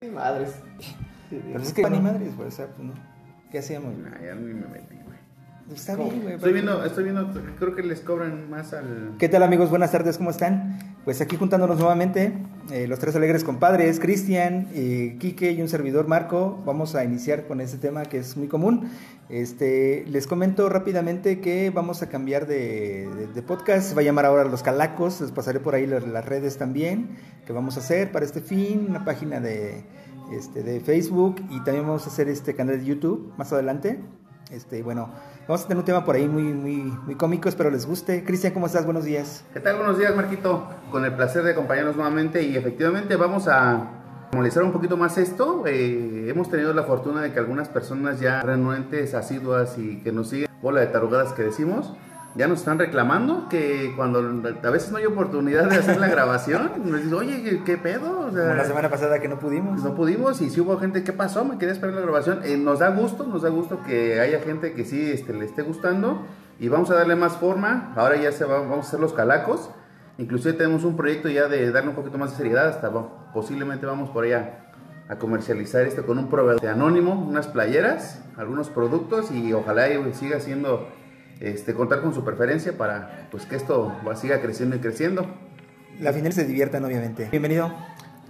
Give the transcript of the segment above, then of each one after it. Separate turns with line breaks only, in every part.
Ni madres.
Pero es que pan y madres, güey. O sea, pues no. ¿Qué hacíamos, güey? Pues
Nah, ya ni me metí, güey.
Está bien, güey.
Estoy
pero-
viendo, estoy viendo, creo que les cobran más al.
¿Qué tal amigos? Buenas tardes, ¿cómo están? Pues aquí juntándonos nuevamente, eh, los tres alegres compadres, Cristian, eh, Quique y un servidor Marco, vamos a iniciar con este tema que es muy común. Este, les comento rápidamente que vamos a cambiar de, de- de podcast, se va a llamar ahora Los Calacos, les pasaré por ahí las, las redes también que vamos a hacer para este fin, una página de, este, de Facebook y también vamos a hacer este canal de YouTube más adelante. Este, bueno, vamos a tener un tema por ahí muy, muy, muy cómico, espero les guste. Cristian, ¿cómo estás? Buenos días.
¿Qué tal? Buenos días, Marquito. Con el placer de acompañarnos nuevamente y efectivamente vamos a molestar un poquito más esto. Eh, hemos tenido la fortuna de que algunas personas ya renuentes, asiduas y que nos siguen, bola de tarugadas que decimos, ya nos están reclamando que cuando a veces no hay oportunidad de hacer la grabación, nos dicen, oye, ¿qué- ¿qué pedo? O sea,
Como la semana pasada que no pudimos.
Pues No pudimos y si hubo gente, ¿qué pasó? Me quería esperar la grabación. Eh, nos da gusto, nos da gusto que haya gente que sí este, le esté gustando y vamos a darle más forma. Ahora ya se va- vamos a hacer los calacos. Inclusive tenemos un proyecto ya de darle un poquito más de seriedad, hasta va- posiblemente vamos por allá a comercializar esto con un proveedor de anónimo, unas playeras, algunos productos y ojalá y siga siendo, este, contar con su preferencia para pues que esto va- siga creciendo y creciendo.
La final se diviertan, obviamente. Bienvenido.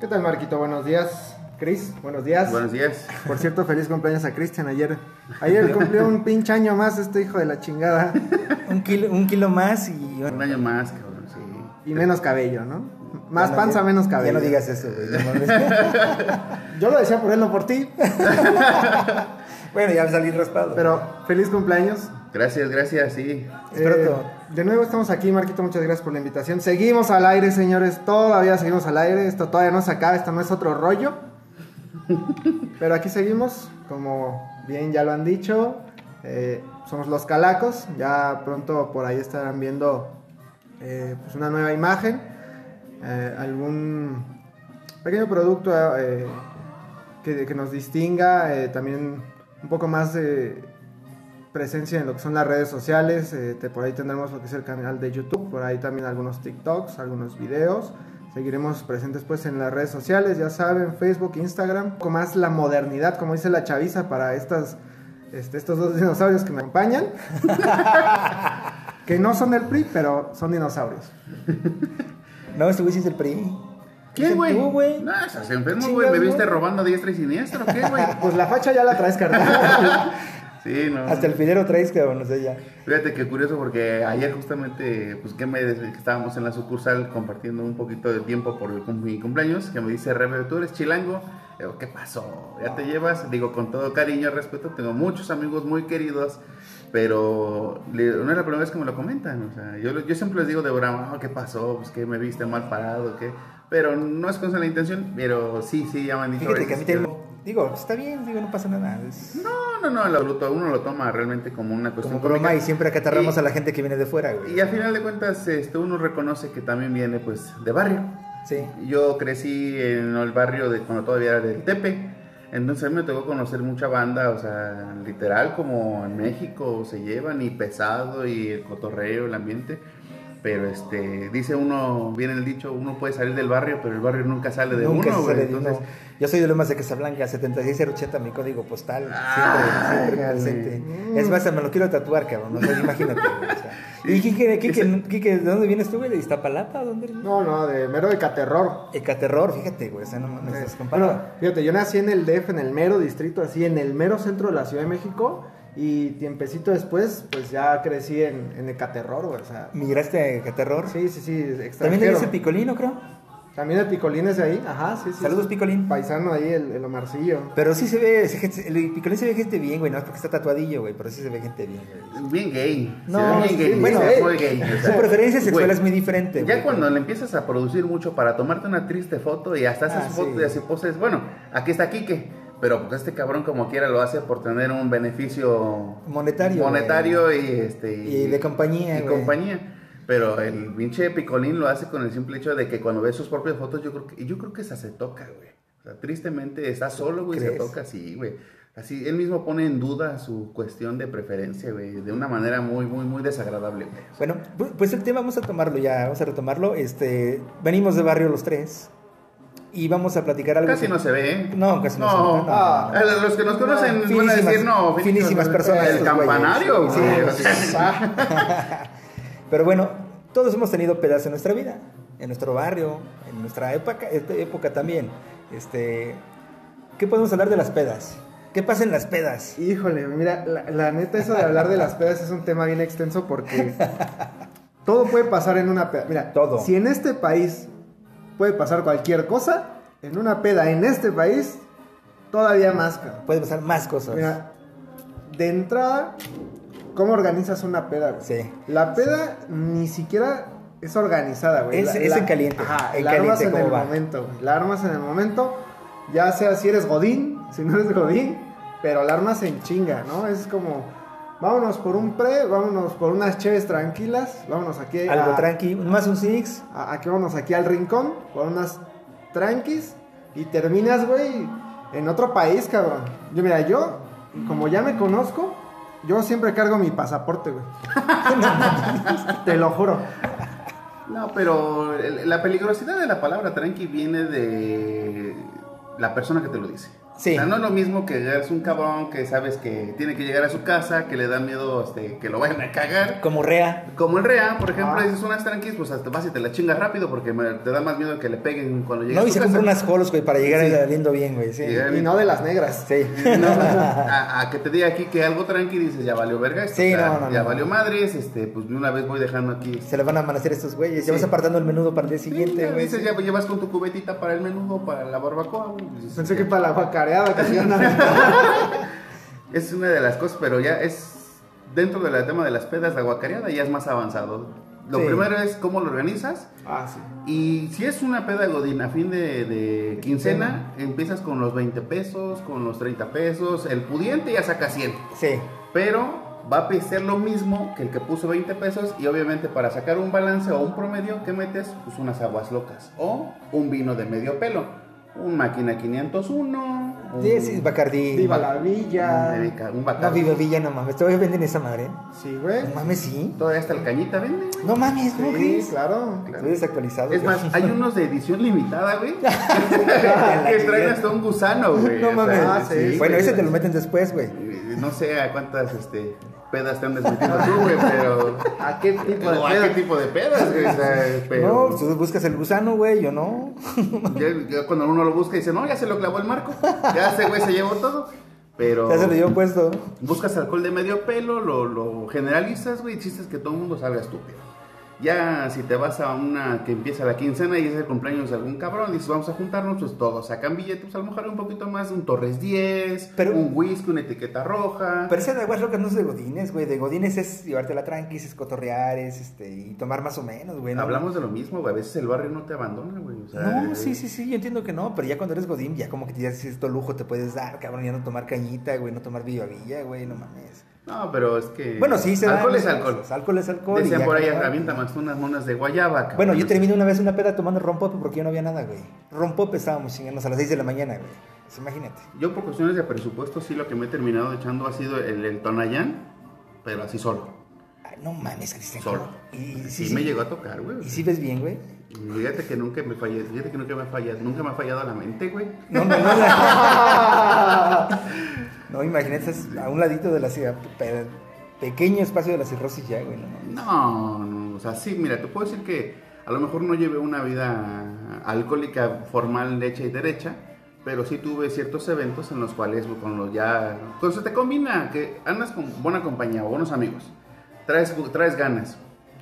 ¿Qué tal, Marquito? Buenos días. Chris, buenos días.
Buenos días.
Por cierto, feliz cumpleaños a Cristian ayer. Ayer cumplió un pinche año más este hijo de la chingada.
Un kilo, un kilo más y...
Un año más, cabrón, sí.
Y menos cabello, ¿no? Más
Ya no-
panza, menos cabello.
Ya no digas eso, güey. no mames.
Yo lo decía por él, no por ti.
bueno, ya salí raspado.
Pero feliz cumpleaños.
Gracias, gracias, sí.
Espero
Eh,
todo.
de nuevo estamos aquí, Marquito. Muchas gracias por la invitación. Seguimos al aire, señores. Todavía seguimos al aire. Esto todavía no se acaba. Esto no es otro rollo. Pero aquí seguimos. Como bien ya lo han dicho, eh, somos los Calacos. Ya pronto por ahí estarán viendo eh, pues una nueva imagen. eh, algún pequeño producto eh, que, que nos distinga. eh, también un poco más de presencia en lo que son las redes sociales. eh, te- por ahí tendremos lo que es el canal de YouTube, por ahí también algunos TikToks, algunos videos. Seguiremos presentes pues en las redes sociales, ya saben, Facebook, Instagram, un poco más la modernidad, como dice la chaviza, para estas, este, estos dos dinosaurios que me acompañan, que no son del PRI, pero son dinosaurios.
No, este güey sí es el PRI.
¿Quién, güey?
Tú, güey.
No, estás enfermo,
Chingas,
güey. Me viste
güey.
robando a diestra y siniestra, ¿o ¿qué, güey?
Pues la facha ya la traes, carnal.
Sí, no.
Hasta el filero traes, cabrón, o sea, ya.
Fíjate que curioso porque ayer justamente, pues que me que estábamos en la sucursal compartiendo un poquito de tiempo por el cum- mi cumpleaños, que me dice Rebe, tú eres chilango. Digo, ¿qué pasó? ¿Ya te llevas? Digo, con todo cariño y respeto, tengo muchos amigos muy queridos, pero le- no es la primera vez que me lo comentan. O sea, yo, lo- yo siempre les digo de broma, "Ah, ¿qué pasó? Pues que me viste mal parado, ¿qué? Pero no es con esa la intención, pero sí, sí, ya me han dicho.
Fíjate que a
veces
mí te... Digo, está bien, digo, no pasa nada. es
No, no, no, en absoluto. Uno lo toma realmente como una cuestión
Como broma
cómica.
y siempre acatarramos
Y-
a la gente que viene de fuera, güey.
Y a final de cuentas, este, uno reconoce que también viene, pues, de barrio.
Sí.
Yo crecí en el barrio de cuando todavía era del Tepe. Entonces a mí me tocó conocer mucha banda, o sea, literal, como en México se llevan y pesado y el cotorreo, el ambiente. Pero este, dice uno, viene el dicho, uno puede salir del barrio, pero el barrio nunca sale de
Nunca
uno,
se
güey.
sale de
Entonces,
uno. Yo soy de Lomas de Casablanca, 7680, mi código postal.
Ay,
siempre, siempre
jale.
presente. Es más, me lo quiero tatuar, cabrón. O sea, imagínate. güey, o sea. ¿Y Quique, Quique, Quique, ¿de dónde vienes tú, güey? ¿De Iztapalapa? ¿Dónde eres?
No, no, de mero de Caterror.
Ecaterror, fíjate, güey. O sea, no mames, estás compadre.
Bueno, fíjate, yo nací en el DF, en el mero distrito, así, en el mero centro de la Ciudad de México. Y tiempecito después, pues ya crecí en, en Ecaterror, güey. O sea,
¿Migraste a Ecaterror?
sí, sí, sí, extranjero.
También le dice Picolino, creo.
También el Picolín es de ahí, ajá, sí, sí.
Saludos,
sí.
Picolín.
Paisano ahí, el, el Omarcillo.
Pero sí se ve, se- gente- el Picolín se ve gente bien, güey. No es porque está tatuadillo, güey, pero sí se ve gente bien, güey.
bien gay.
No,
se ve bien
sí,
gay.
bueno,
se ve
eh,
muy gay. o
Su
sea,
preferencia sexual
güey.
es muy diferente, güey.
Ya cuando le empiezas a producir mucho para tomarte una triste foto y hasta haces
Ah,
fotos
sí.
y así poses, bueno, aquí está Quique, pero pues este cabrón como quiera lo hace por tener un beneficio
Monetario,
monetario y este
Y de compañía,
y
güey.
compañía. Pero el pinche picolín lo hace con el simple hecho de que cuando ve sus propias fotos, yo creo que, yo creo que esa se toca, güey. O sea, tristemente está solo, güey, se
¿Crees?
toca así, güey. Así, él mismo pone en duda su cuestión de preferencia, güey, de una manera muy, muy, muy desagradable, güey.
Bueno, pu- pues el tema vamos a tomarlo ya, vamos a retomarlo. Este, venimos de barrio los tres. y vamos a platicar algo.
Casi
que-
no se ve, ¿eh?
No, casi no se ve, no,
no, no.
Eh, Los que nos conocen van a
Finísimas-
decir, no,
finísimas personas
El
estos güeyes.
campanario,
Sí,
güey.
sí,
Así.
Pero bueno, todos hemos tenido pedazos en nuestra vida, en nuestro barrio, en nuestra época, esta época también. Este, ¿Qué podemos hablar de las pedas? ¿Qué pasa en las pedas?
Híjole, mira, la, la neta, eso de hablar de las pedas es un tema bien extenso porque todo puede pasar en una peda. Mira,
Todo.
si en este país puede pasar cualquier cosa, en una peda en este país, todavía más, cabrón.
Puede pasar más cosas.
Mira, de entrada, ¿cómo organizas una peda, güey?
Sí.
La peda ni siquiera es organizada, güey.
Es-
La-
es
la-
en caliente,
Ajá,
en
la
caliente
armas en
cómo
el
va.
momento, güey. La armas en el momento, ya sea si eres Godín, si no eres Godín, pero la armas en chinga, ¿no? Es como, vámonos por un pre, vámonos por unas cheves tranquilas, vámonos
eh,
aquí
Algo
ah.
a,
tranqui, más un six.
a- aquí vámonos aquí al rincón, por unas tranquis y terminas, güey, en otro país, cabrón. Yo, mira, yo, como ya me conozco, yo siempre cargo mi pasaporte, güey. Te lo juro.
No, pero el- la peligrosidad de la palabra tranqui viene de la persona que te lo dice.
Sí.
O sea, no es lo mismo que eres un cabrón que sabes que tiene que llegar a su casa, que le da miedo este, que lo vayan a cagar.
Como rea.
Como el Rea, por ejemplo,
Ah.
dices unas tranquis, pues hasta vas y te la chingas rápido porque me- te da más miedo que le peguen cuando llegues
No,
a
y
tu
se
casa.
compra unas jolos, güey, para llegar
Sí.
saliendo bien, güey. Sí.
Llegar-
Y no de las negras.
Sí.
No, a, a que te diga aquí que algo tranqui dices ya valió verga esto,
Sí,
o sea,
no, no,
ya
no.
valió madres este pues de una vez voy dejando aquí
Se le van a amanecer estos güeyes.
Sí.
Ya vas apartando el menudo para el día
Sí,
siguiente,
ya
güey.
dices, ya llevas con tu cubetita para el menudo para la barbacoa güey, pues, dices,
Pensé que
ya.
para la guacareada que hacían antes.
es una de las cosas pero ya es dentro del tema de las pedas la guacareada ya es más avanzado lo
Sí.
primero es cómo lo organizas
Ah, sí.
Y si es una peda godín a fin de, de quincena, empiezas con los 20 pesos, con los 30 pesos, el pudiente ya saca 100.
Sí.
Pero va a ser lo mismo que el que puso 20 pesos y obviamente para sacar un balance o un promedio, ¿qué metes? Pues unas aguas locas o un vino de medio pelo. Un máquina 501. Un,
Sí, sí, Bacardí.
Viva la
un,
villa.
Erika, un
No,
Bacardi.
viva Villa, no mames. Todavía venden esa madre. ¿eh?
Sí, güey.
No mames, sí.
Todavía hasta el cañita vende. güey.
No mames, ¿no
Sí,
crees?
claro.
Estoy desactualizado.
Es
güey.
más, hay unos de edición limitada, güey. que traen hasta un gusano, güey.
No
O sea,
mames.
Ah, sí,
sí,
bueno,
güey.
ese te lo meten después, güey.
Eh, No sé a cuántas este, pedas te han desmetido tú, güey, pero.
¿A qué tipo de pues,
o a qué
pedo?
tipo de pedas, güey? O sea, pero.
No, pues, tú buscas el gusano, güey, yo no.
ya- ya cuando uno lo busca y dice, no, ya se lo clavó el marco. Ya ese güey se llevó todo. Pero.
Ya se lo llevo puesto.
Buscas alcohol de medio pelo, lo, lo generalizas, güey, chistes que todo el mundo salga estúpido. Ya si te vas a una que empieza la quincena y es el cumpleaños de algún cabrón, dices, vamos a juntarnos, pues todos sacan billetes, pues, a lo mejor un poquito más, un Torres 10,
Pero-
un whisky, una etiqueta roja.
Pero ese de aguas locas no es de godines, güey. De godines es llevártela tranqui, es cotorrear, es este, y tomar más o menos, güey. ¿no?
Hablamos de lo mismo, güey, a veces el barrio no te abandona, güey. o sea,
No,
eh,
sí, sí, sí, yo entiendo que no, pero ya cuando eres godín, ya como que ya cierto lujo te puedes dar, cabrón, ya no tomar cañita, güey, no tomar viva villa, güey, no mames.
No, pero es que...
Bueno, sí, se
Alcohol
dan
es
esas
alcohol.
cosas, Alcohol es alcohol. y
Decían
ya,
por ahí,
cabrón.
avienta más unas monas de guayaba, cabrón.
Bueno, yo terminé una vez una peda tomando rompope porque yo no había nada, güey. Rompope estábamos chingándonos a las 6 de la mañana, güey. Pues imagínate.
Yo por cuestiones de presupuesto sí lo que me he terminado echando ha sido el, el Tonayán, pero así solo.
Ay, no mames, Cristian.
Solo.
Y, y sí,
Sí,
sí.
me llegó a tocar, güey.
¿Y si ves bien, güey?
Fíjate que nunca me fallé, fíjate que nunca me ha fallado, nunca me ha fallado la mente, güey.
No, no, no. no, imagínate, estás a un ladito de la ciudad, pe- pequeño espacio de la cirrosis ya, güey. No, mames.
No, no, o sea, sí, mira, te puedo decir que a lo mejor no llevé una vida alcohólica formal, hecha y derecha, pero sí tuve ciertos eventos en los cuales güey, con los ya... Entonces te combina que andas con buena compañía, buenos amigos, traes, traes ganas,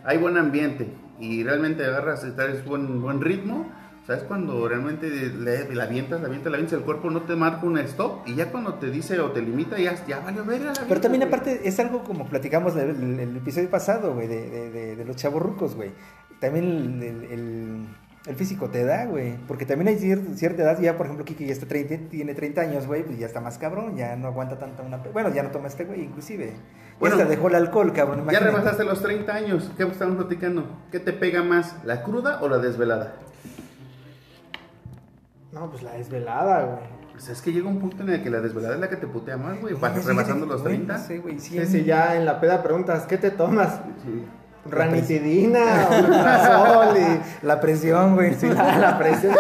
hay buen ambiente y realmente agarras y traes buen, buen ritmo. ¿Sabes? Cuando realmente le, la avientas, la avientas, la avientas, el cuerpo no te marca un stop y ya cuando te dice o te limita, ya, ya valió verga. la
Pero
vida,
también
güey.
aparte es algo como platicamos en el, el episodio pasado, güey, de, de- de- de los chavorrucos, güey. También el, el- el- el físico te da, güey. Porque también hay cier- cierta edad, ya por ejemplo Kiki ya está 30, tiene 30 años, güey, pues ya está más cabrón, ya no aguanta tanta una... pe- Bueno, ya no toma este güey, inclusive.
Bueno,
ya hasta dejó el alcohol, cabrón,
Ya
imagínate.
rebasaste los 30 años. ¿Qué estamos platicando? ¿Qué te pega más, la cruda o la desvelada?
No, pues la desvelada, güey.
Pues es que llega un punto en el que la desvelada es la que te putea más, güey.
No,
vas
fíjate,
Rebasando los
güey,
30.
No sé, güey, sí,
Sí, sí, ya en la peda preguntas, ¿qué te tomas?
Sí.
ranitidina, sol y
La presión, güey. sí, la-
la, la presión.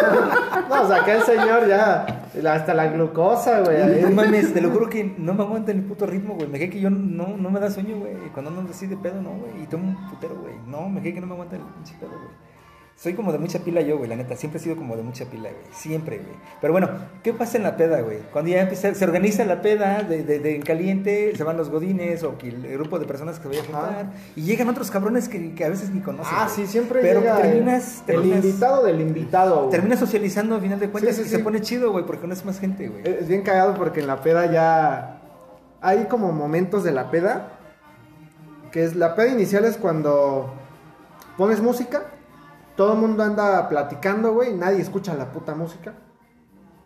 No, o sea, que el señor ya, hasta la glucosa, güey.
eh, No
ahí.
mames, te lo juro que no me aguanta el puto ritmo, güey. Me quedé que yo no, no me da sueño, güey. Cuando ando así de pedo, no, güey. Y tomo un putero, güey. No, me quedé que no me aguanta el pinche pedo, güey. Soy como de mucha pila yo, güey, la neta. Siempre he sido como de mucha pila, güey. Siempre, güey. Pero bueno, ¿qué pasa en la peda, güey? Cuando ya empieza, se organiza la peda de, de- de en caliente, se van los godines o que el grupo de personas que se vaya a juntar. Y llegan otros cabrones que, que a veces ni conocen.
Ah,
güey.
sí, siempre
Pero
llega el-
terminas,
el,
terminas,
invitado del invitado. güey.
terminas socializando a final de cuentas
Sí, Eh. sí,
y
sí.
se pone chido, güey, porque no es más gente, güey.
Es bien cagado porque en la peda ya hay como momentos de la peda que es la peda inicial es cuando pones música, todo el mundo anda platicando, güey, nadie escucha la puta música.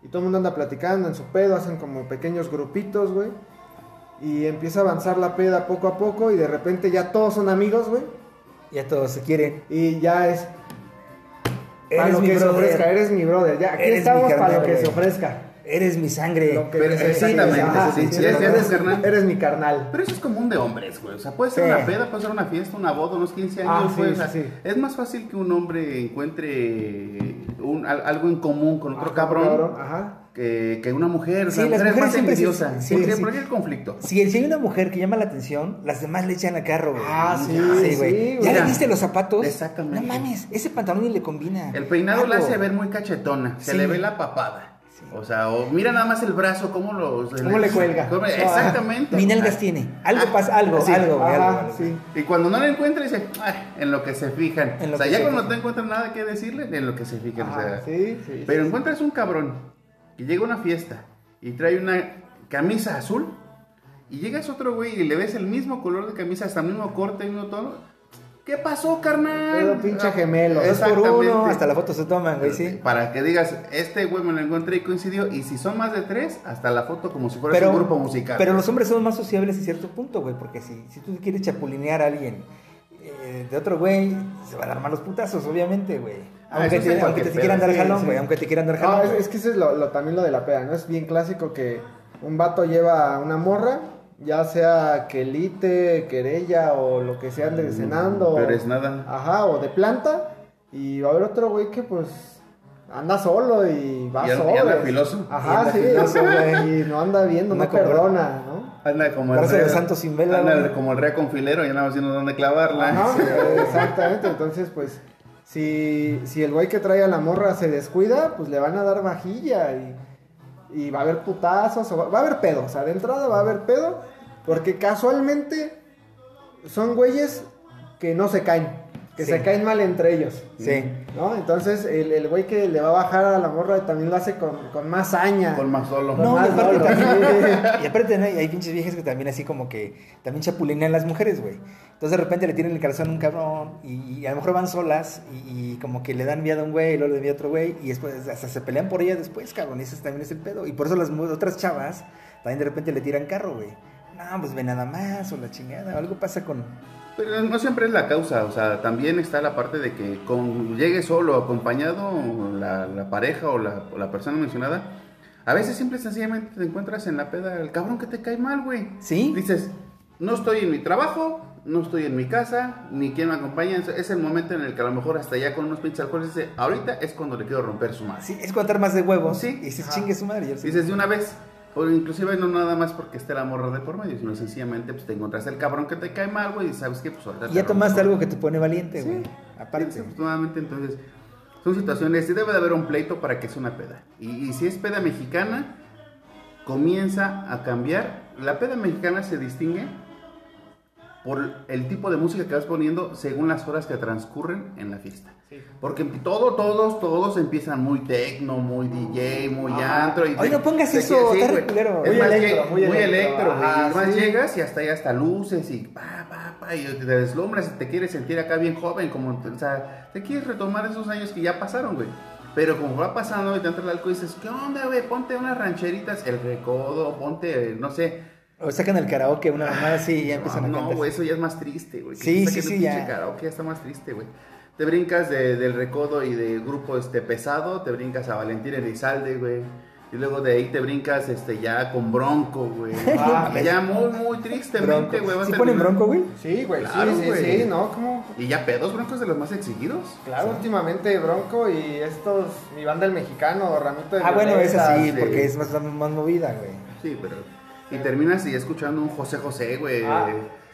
Y todo el mundo anda platicando en su pedo, hacen como pequeños grupitos, güey. Y empieza a avanzar la peda poco a poco y de repente ya todos son amigos, güey.
Ya todos se quieren.
Y ya es para lo
mi
que se
brother.
ofrezca, eres mi brother. Ya aquí
Eres mi
estamos para
carnal,
lo que
güey.
se ofrezca.
Eres mi sangre.
Lo que
Pero
necesites.
exactamente,
Ajá,
sí, sí,
eres-
ya eres carnal.
Eres mi carnal.
Pero eso es común de hombres, güey. O sea, puede ser
Sí.
una peda, puede ser una fiesta, una boda, unos 15 años,
Ah, sí,
güey. O sea,
sí, sí.
Es más fácil que un hombre encuentre un- al- algo en común con otro
Ajá,
cabrón,
Ajá.
Que, que una mujer. O sea,
Sí,
la
las
mujer es
mujeres
más
siempre se-
envidiosa.
sí,
porque,
sí.
porque el conflicto.
Si, si hay una mujer que llama la atención, las demás le echan a carro, güey.
Ah, sí, sí, güey.
¿Ya le
Mira.
viste los zapatos?
Exactamente.
No mames, ese pantalón ni le combina.
El peinado la
Algo.
hace ver muy cachetona. Se
Sí.
le ve la papada. O sea, o mira nada más el brazo, cómo lo...
¿Cómo le cuelga?
cómo- Exactamente.
Mi nalgas tiene. Algo
Ah,
pasa, algo,
sí.
algo, güey, algo,
Ajá,
algo.
sí.
Y cuando no la encuentra, dice, "Ay", en lo que se fijan.
En lo
O sea,
que
ya
se
cuando
fijan.
no te encuentran nada que decirle, en lo que se fijan. o
Ajá,
sea.
sí, sí.
Pero encuentras un cabrón que llega a una fiesta y trae una camisa azul y llegas otro güey y le ves el mismo color de camisa, hasta el mismo corte, el mismo tono. ¿Qué pasó, carnal? Ah,
Todo pinche gemelo.
Dos por uno,
Exactamente.
hasta la foto se toman, güey, sí.
Para que digas, este güey me lo encontré y coincidió. Y si son más de tres, hasta la foto como si fuera
Pero,
un grupo musical.
pero los hombres son más sociables a cierto punto, güey, porque si, si tú quieres chapulinear a alguien eh, de otro güey, se van a armar los putazos, obviamente, güey.
Ah,
aunque,
eso sí,
te, aunque
cualquier
te quieran
pedo,
dar
sí,
jalón,
sí.
güey, aunque te quieran dar jalón.
Ah, es,
güey.
es que eso es lo, lo- también lo de la peda, ¿no? Es bien clásico que un vato lleva a una morra, ya sea quelite, querella o lo que sea ande cenando.
Mm, pero
o-
es nada.
Ah,
Ajá, o de planta. Y va a haber otro güey que pues anda solo y va
Y anda-
solo.
y anda
güey.
filoso.
Ajá,
Y anda
sí,
filoso,
güey, Y no anda viendo, no,
No compra-
perdona, ¿no?
Anda como
Parece
rea-
de Santos sin vela,
anda
güey.
como el rea con filero, ya nada más viendo dónde clavarla.
Ajá, eh, exactamente. Entonces, pues, si, si el güey que trae a la morra se descuida, pues le van a dar vajilla y, y va a haber putazos, o va, va a haber pedo. O sea, de entrada va a haber pedo, porque casualmente son güeyes que no se caen, que
Sí.
se caen mal entre ellos.
Sí.
¿No? Entonces, el, el güey que le va a bajar a la morra también lo hace con, con más haña.
Con más solo.
No,
más
y aparte,
solo.
también, y aparte, ¿no? hay, hay pinches viejas que también así como que también chapulinean las mujeres, güey. Entonces de repente le tienen el calzón a un cabrón y, y a lo mejor van solas y, y como que le dan miedo a un güey y luego le dan miedo a otro güey y después hasta se pelean por ella después, cabrón. Ese es- también es el pedo. Y por eso las mu- otras chavas también de repente le tiran carro, güey. No, pues ve nada más o la chingada. o algo pasa con...
Pero no siempre es la causa, o sea, también está la parte de que con, llegue solo, acompañado, la, la pareja o la, o la persona mencionada, a veces simple y sencillamente te encuentras en la peda el cabrón que te cae mal, güey.
¿Sí?
Dices, no estoy en mi trabajo, no estoy en mi casa, ni quien me acompaña. Es- Es el momento en el que a lo mejor hasta ya con unos pinches alcoholes dice, ahorita es cuando le quiero romper su madre.
Sí, es contar más de huevos.
Sí.
Y dices,
Ajá.
chingue su madre. y él se-
Dices de una vez, o inclusive no nada más porque esté la morra de por medio, sino sencillamente pues, te encontraste el cabrón que te cae mal, güey, y sabes que pues ahorita
Y
te
ya
rompo
tomaste
su madre".
algo que te pone valiente, güey. Aparte.
Desafortunadamente, entonces, son situaciones. Y debe de haber un pleito para que sea una peda. Y, y si es peda mexicana, comienza a cambiar. La peda mexicana se distingue por el tipo de música que vas poniendo según las horas que transcurren en la fiesta. Porque todo, todos, todos empiezan muy tecno, muy DJ, muy
Ajá.
antro. Y
Ay, no pongas eso, está
güey.
culero.
Es
Muy
más
electro,
que-
muy
muy
electro,
electro. güey.
ajá,
Y más
sí.
llegas y hasta hay hasta luces y pa, pa, pa, y te deslumbras y te quieres sentir acá bien joven, como, o sea, te quieres retomar esos años que ya pasaron, güey. Pero como va pasando y te entra el alcohol y dices, ¿qué onda, güey? Ponte unas rancheritas, el recodo, ponte, eh, no sé.
O sacan el karaoke, una mamada así y ya empiezan
Ah, No,
a cantar.
no, güey, eso ya es más triste, güey. que
Sí,
te
sí,
saquen
sí,
un pinche
ya.
Karaoke ya está más triste, güey. Te brincas de- del recodo y de grupo este pesado, te brincas a Valentín Elizalde, güey. Y luego de ahí te brincas este, ya con Bronco, güey.
Ah,
ya muy, muy tristemente, güey. va a
¿Sí ponen
terminar-
bronco, güey?
Sí, güey,
Claro,
sí, sí,
güey.
sí, ¿no? Como,
Y ya pedos, Bronco es de los más exigidos.
claro, últimamente Bronco y estos, mi banda el mexicano, Ramito de
Ah, bueno,
Violeta.
esa sí,
sí.
porque es más, más movida, güey.
Sí, pero. Y terminas y escuchando un José José, güey.
Eh,
Ah,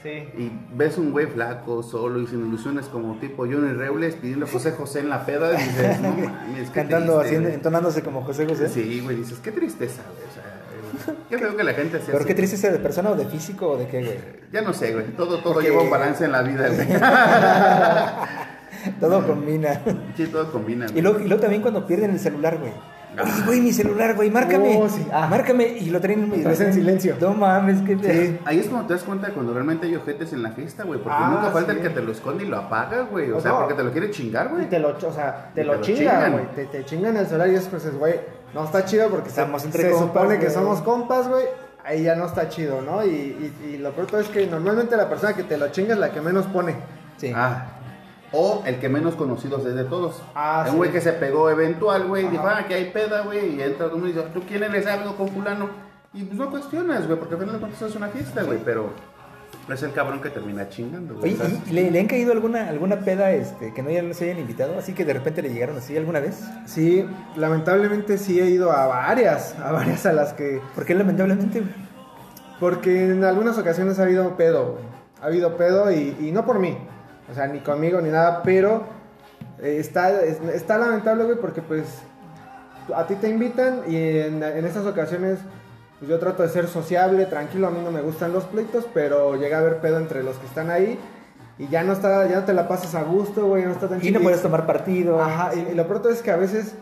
sí.
Y ves un güey flaco, solo y sin ilusiones como tipo Johnny Reules pidiendo José José en la peda. Y dices, no mames, qué
Cantando,
triste,
haciendo,
güey".
entonándose como José José.
Sí, güey, dices, qué tristeza, güey. O sea, qué feo que la gente sea
Pero
así.
qué triste sea de persona o de físico o de qué, güey.
Ya no sé, güey. Todo, todo
Porque-
lleva un balance en la vida, güey.
Todo combina.
Sí, todo combina.
Y
güey.
luego, y luego también cuando pierden el celular, güey. Oye, güey, mi celular, güey, márcame.
Oh, sí. Ah.
Márcame. Y lo traen y lo
hacen
traen-
silencio.
No mames, qué
Sí.
Ahí es cuando te das cuenta de cuando realmente hay ojetes en la fiesta, güey. Porque
Ah,
nunca falta el
sí.
que te lo esconde y lo apaga, güey. O
O
sea,
no.
porque te lo quiere chingar,
Y
güey.
te lo, o sea, te
Y
lo
te lo
chingan,
chingan.
güey. Te, te chingan el celular y es pues, güey, no está chido porque se-
Estamos entre
se
compas,
supone que
güey.
somos compas, güey. Ahí ya no está chido, ¿no? Y, y, y lo pronto es que normalmente la persona que te lo chinga es la que menos pone.
Sí.
Ah. O el que menos conocidos es de todos.
Ah,
un
sí.
güey que se pegó eventual, güey. Dijo, ah, que hay peda, güey. Y entra uno y dice, ¿tú quién eres? Algo con fulano. Y pues no cuestionas, güey, porque al final de cuentas es una fiesta, güey. Pero es el cabrón que termina chingando, güey.
Oye,
¿sabes?
¿y le, le han caído alguna, alguna peda este, que no ya no se hayan invitado? Así que de repente le llegaron así alguna vez.
Sí, lamentablemente sí he ido a varias, a varias a las que...
Porque lamentablemente, güey.
Porque en algunas ocasiones ha habido pedo, güey. Ha habido pedo y, y no por mí. O sea, ni conmigo ni nada, pero eh, está, es- está lamentable, güey, porque pues a ti te invitan y en, en esas ocasiones pues, yo trato de ser sociable, tranquilo, a mí no me gustan los pleitos, pero llega a haber pedo entre los que están ahí y ya no está, ya no te la pasas a gusto, güey, no está tan
Y no
chido.
puedes tomar partido.
Ajá, y, y lo pronto es que a veces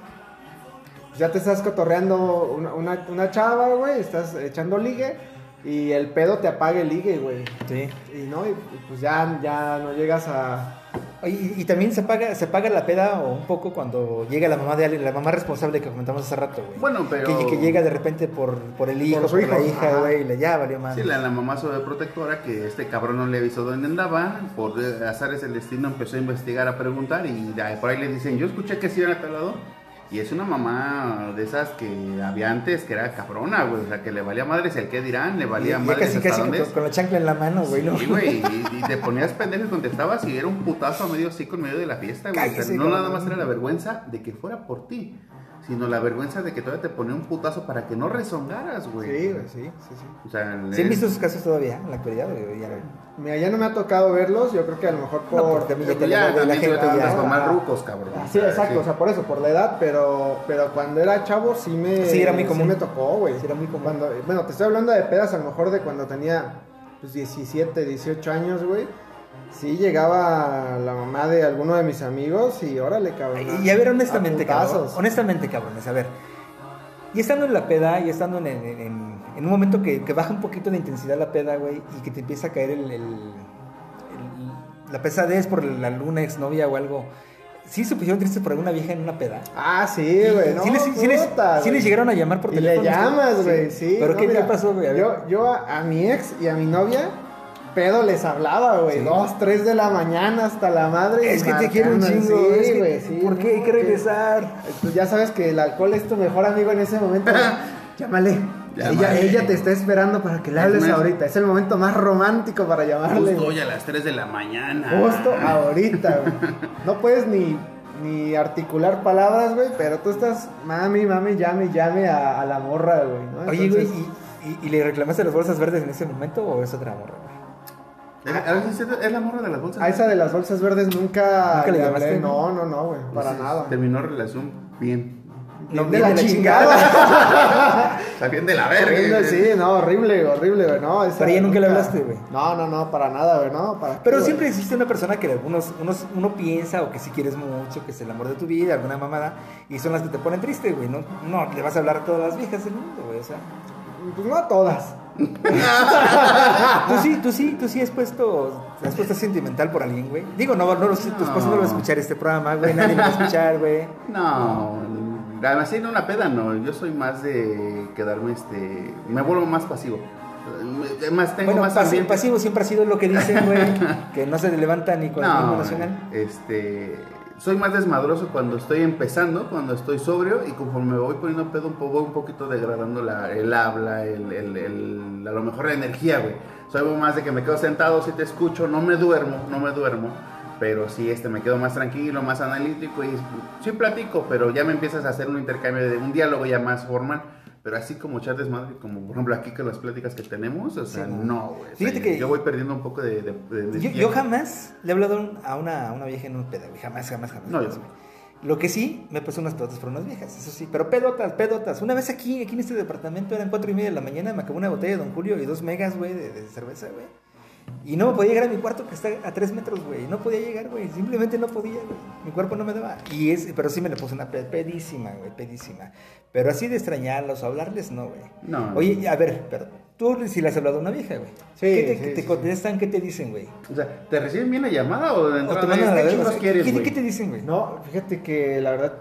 pues, ya te estás cotorreando una, una, una chava, güey, estás echando ligue y el pedo te apaga el ligue, güey.
Sí.
Y no, y, y, pues ya, ya no llegas a...
Oye, y, y también se paga, se paga la peda o un poco cuando llega la mamá de alguien, la mamá responsable que comentamos hace rato, güey.
Bueno, pero-
Que, que llega de repente por, por el hijo,
Por
por,
su
la
hijo,
hija,
ajá.
güey, y le ya valió más.
Sí, la, la mamá sobreprotectora que este cabrón no le avisó dónde andaba, por eh, azares el destino empezó a investigar, a preguntar y de ahí- por ahí le dicen, yo escuché que sí era tal lado. Y es una mamá de esas que había antes, que era cabrona, güey, o sea, que le valía madres el qué dirán, le
Y-
valía
ya
madres
casi,
hasta
casi
dónde
con,
es.
con la chancla en la mano, güey. ¿no?
Sí, güey, y, y te ponías pendejo y contestabas y era un putazo a medio así con medio de la fiesta, güey. O sea,
Cállese,
no
cabrón.
nada más era la vergüenza de que fuera por ti, sino la vergüenza de que todavía te ponía un putazo para que no rezongaras, güey.
Sí, güey.
sí, sí. sí.
O sea,
¿Sí han
es-
visto esos casos todavía en la actualidad? güey? Ya no.
Mira, ya no me ha tocado verlos, yo creo que a lo mejor por...
No, porque también ya te
Pero tú ya
la- la
también te
gente
metes
ya-
con más
ajá.
rucos, cabrón.
Ah, Sí, exacto,
sí.
o sea, por eso, por la edad, pero, pero cuando era chavo sí me,
Sí, era muy común.
me tocó, güey.
Sí, era muy común.
Cuando, bueno, te estoy hablando de pedas a lo mejor de cuando tenía pues, 17, 18 años, güey. Sí llegaba la mamá de alguno de mis amigos y órale, cabrón.
Y- Y a ver, honestamente,
A
cabrón.
putazos.
Honestamente, cabrones, a ver. Y estando en la peda, y estando en, en- en- en un momento que, que baja un poquito de intensidad la peda, güey, y que te empieza a caer el, el- el- la pesadez por la luna exnovia o algo. ¿Sí se pusieron tristes por alguna vieja en una peda?
Ah, sí, güey, no,
¿Sí les, sí les-
puta,
sí les
güey.
llegaron a llamar por
Y le
teléfono?
llamas, güey, sí.
¿Pero
no,
qué, qué
mira,
pasó, güey? A ver.
Yo, yo a, a mi ex y a mi novia, pedo les hablaba, güey.
Sí.
Dos, tres de la mañana hasta la madre.
Es que te quiero un
marcando,
chingo,
sí,
es que-
güey, sí,
¿Por
no,
qué hay que regresar?
Pues ya sabes que el alcohol es tu mejor amigo en ese momento. Llámale. Ella,
Llámale.
ella te está esperando para que le
Es
hables
más-
ahorita. Es el momento más romántico para llamarle.
Justo
güey.
hoy a las 3 de la mañana.
Justo
Ah.
ahorita, güey. No puedes ni, ni articular palabras, güey, pero tú estás, mami, mami, llame, llame a, a la morra, güey. ¿no?
Oye, güey,
Entonces-
¿y, y, y le reclamaste las bolsas verdes en ese momento o es otra morra? güey?
¿Es, a ver, ¿sí es la morra de las bolsas.
A esa de las bolsas verdes nunca,
¿Nunca le
le
llamaste?
hablé. No, no, no, güey, para
Entonces,
nada.
Terminó relación bien.
No,
Bien
de la chingada.
O sea, bien de la verga.
Horrible, sí, no, horrible, horrible, güey, no. esa
Pero ella nunca le hablaste, güey.
No, no, no, para nada, güey, no, para qué,
Pero
güey.
siempre existe una persona que algunos, unos, uno piensa o que si quieres mucho, que es el amor de tu vida, alguna mamada, y son las que te ponen triste, güey. No, no le vas a hablar a todas las viejas del mundo, güey. O sea,
Pues no a todas.
Ah,
tú sí, tú sí, tú sí has puesto, te has puesto sentimental por alguien, güey. Digo, no, no, lo sé, tu esposo no lo va a escuchar este programa, güey. Nadie lo va a escuchar, güey.
No. Así en una peda, no. Yo soy más de quedarme este. Me vuelvo más pasivo. Eh, Más tengo
Bueno,
más
pasi-
ambiente.
pasivo siempre ha sido lo que dicen, güey, que no se levanta ni con el himno nacional.
Este, soy más desmadroso cuando estoy empezando, cuando estoy sobrio y conforme me voy poniendo pedo un poco, voy un poquito degradando la, el habla, el, el- el- a lo mejor la energía, güey. Soy más de que me quedo sentado, si te escucho, no me duermo, no me duermo, pero sí este, me quedo más tranquilo, más analítico y sí platico, pero ya me empiezas a hacer un intercambio, de un diálogo ya más formal. Pero así como echar desmadre, como por ejemplo aquí con las pláticas que tenemos, o sea,
Sí, no.
no, güey. O sea,
Fíjate que-
Yo voy perdiendo un poco de... de- de- de-
Yo, yo jamás le he hablado a un- a una, a una vieja en un pedo, güey. Jamás, jamás, jamás.
No, yo
jamás, güey. Lo que sí, me pasó unas pedotas por unas viejas, eso sí. Pero pedotas, pedotas. Una vez aquí, aquí en este departamento, eran cuatro y media de la mañana, me acabó una botella de Don Julio y dos megas, güey, de, de cerveza, güey. Y no me podía llegar a mi cuarto, que está a tres metros, güey. No podía llegar, güey. Simplemente no podía, güey. Mi cuerpo no me daba. Y es, pero sí me le puse una pe- pedísima, güey, pedísima. Pero así de extrañarlos o hablarles, no, güey.
No.
Oye, a ver, pero tú sí le has hablado a una vieja, güey.
Sí,
¿Qué te,
sí,
te
sí.
contestan? ¿Qué te dicen, güey?
O sea, ¿te reciben bien la llamada o de
O
entrada
te mandan a la
¿Qué
verga,
chingos
o sea,
quieres,
¿qué-
güey?
¿Qué te dicen, güey?
No, fíjate que la verdad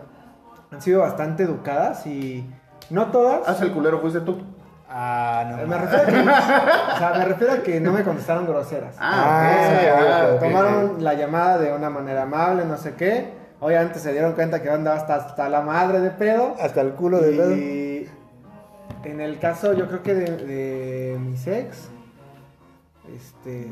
han sido bastante educadas y no todas.
Haz el culero, fuiste tú.
Ah, no.
Eh, Me
mames.
refiero, a que, o sea, me refiero a que no me contestaron groseras.
Ah,
O sea,
ok,
ah,
ok, ok.
tomaron la llamada de una manera amable, no sé qué. Obviamente se dieron cuenta que yo andaba hasta, hasta la madre de pedo.
Hasta el culo de pedo.
Y en el caso, yo creo que de, de mis ex, este,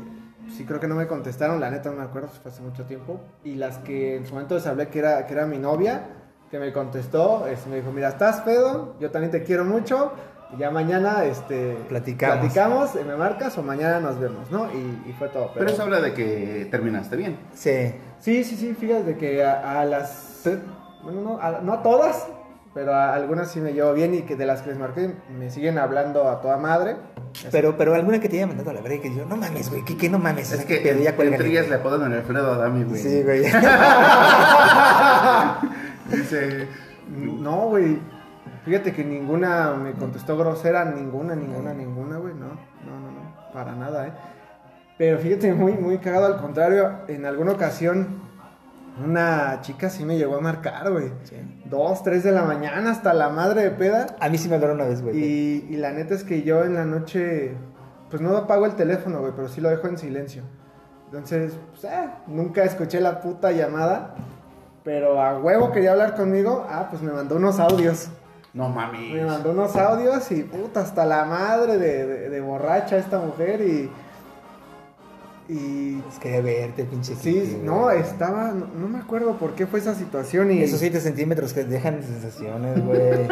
sí creo que no me contestaron, la neta no me acuerdo, fue hace mucho tiempo. Y las que en su momento les hablé que era, que era mi novia, que me contestó, este, me dijo, mira, estás pedo, yo también te quiero mucho. y Ya mañana este,
Platicamos.
platicamos, eh, me marcas o mañana nos vemos, ¿no? Y, y fue todo.
Pero eso habla de que terminaste bien.
Sí.
Sí, sí, sí, fíjate que a, a las... Bueno, no a, no a todas, pero a algunas sí me llevo bien y que de las que les marqué me siguen hablando a toda madre.
Pero, pero alguna que te haya mandado a la verga y que yo, no mames, güey, ¿qué, qué no mames? O
Es
sea,
que
qué pedo,
en,
ya
en
cuélgale,
Trillas
güey.
le apodan el Alfredo Adami, güey.
Sí, güey.
Dice,
No, güey. Fíjate que ninguna me contestó grosera, ninguna, ninguna, ninguna, güey. No, no, no, no, para nada, eh. Pero fíjate, muy, muy cagado, al contrario, en alguna ocasión una chica sí me llegó a marcar, güey.
Sí.
Dos, tres de la mañana, hasta la madre de peda.
A mí sí me hablaron una vez, güey.
Y, y la neta es que yo en la noche, pues no apago el teléfono, güey, pero sí lo dejo en silencio. Entonces, pues, eh, nunca escuché la puta llamada, pero a huevo quería hablar conmigo. Ah, pues me mandó unos audios.
no
Me
mames.
mandó unos audios y puta, hasta la madre de, de- de borracha esta mujer y. Y.
Es que verte, pinche. Kiki,
Sí,
güey.
no, estaba. No, no me acuerdo por qué fue esa situación y.
Esos 7 centímetros que dejan sensaciones, güey.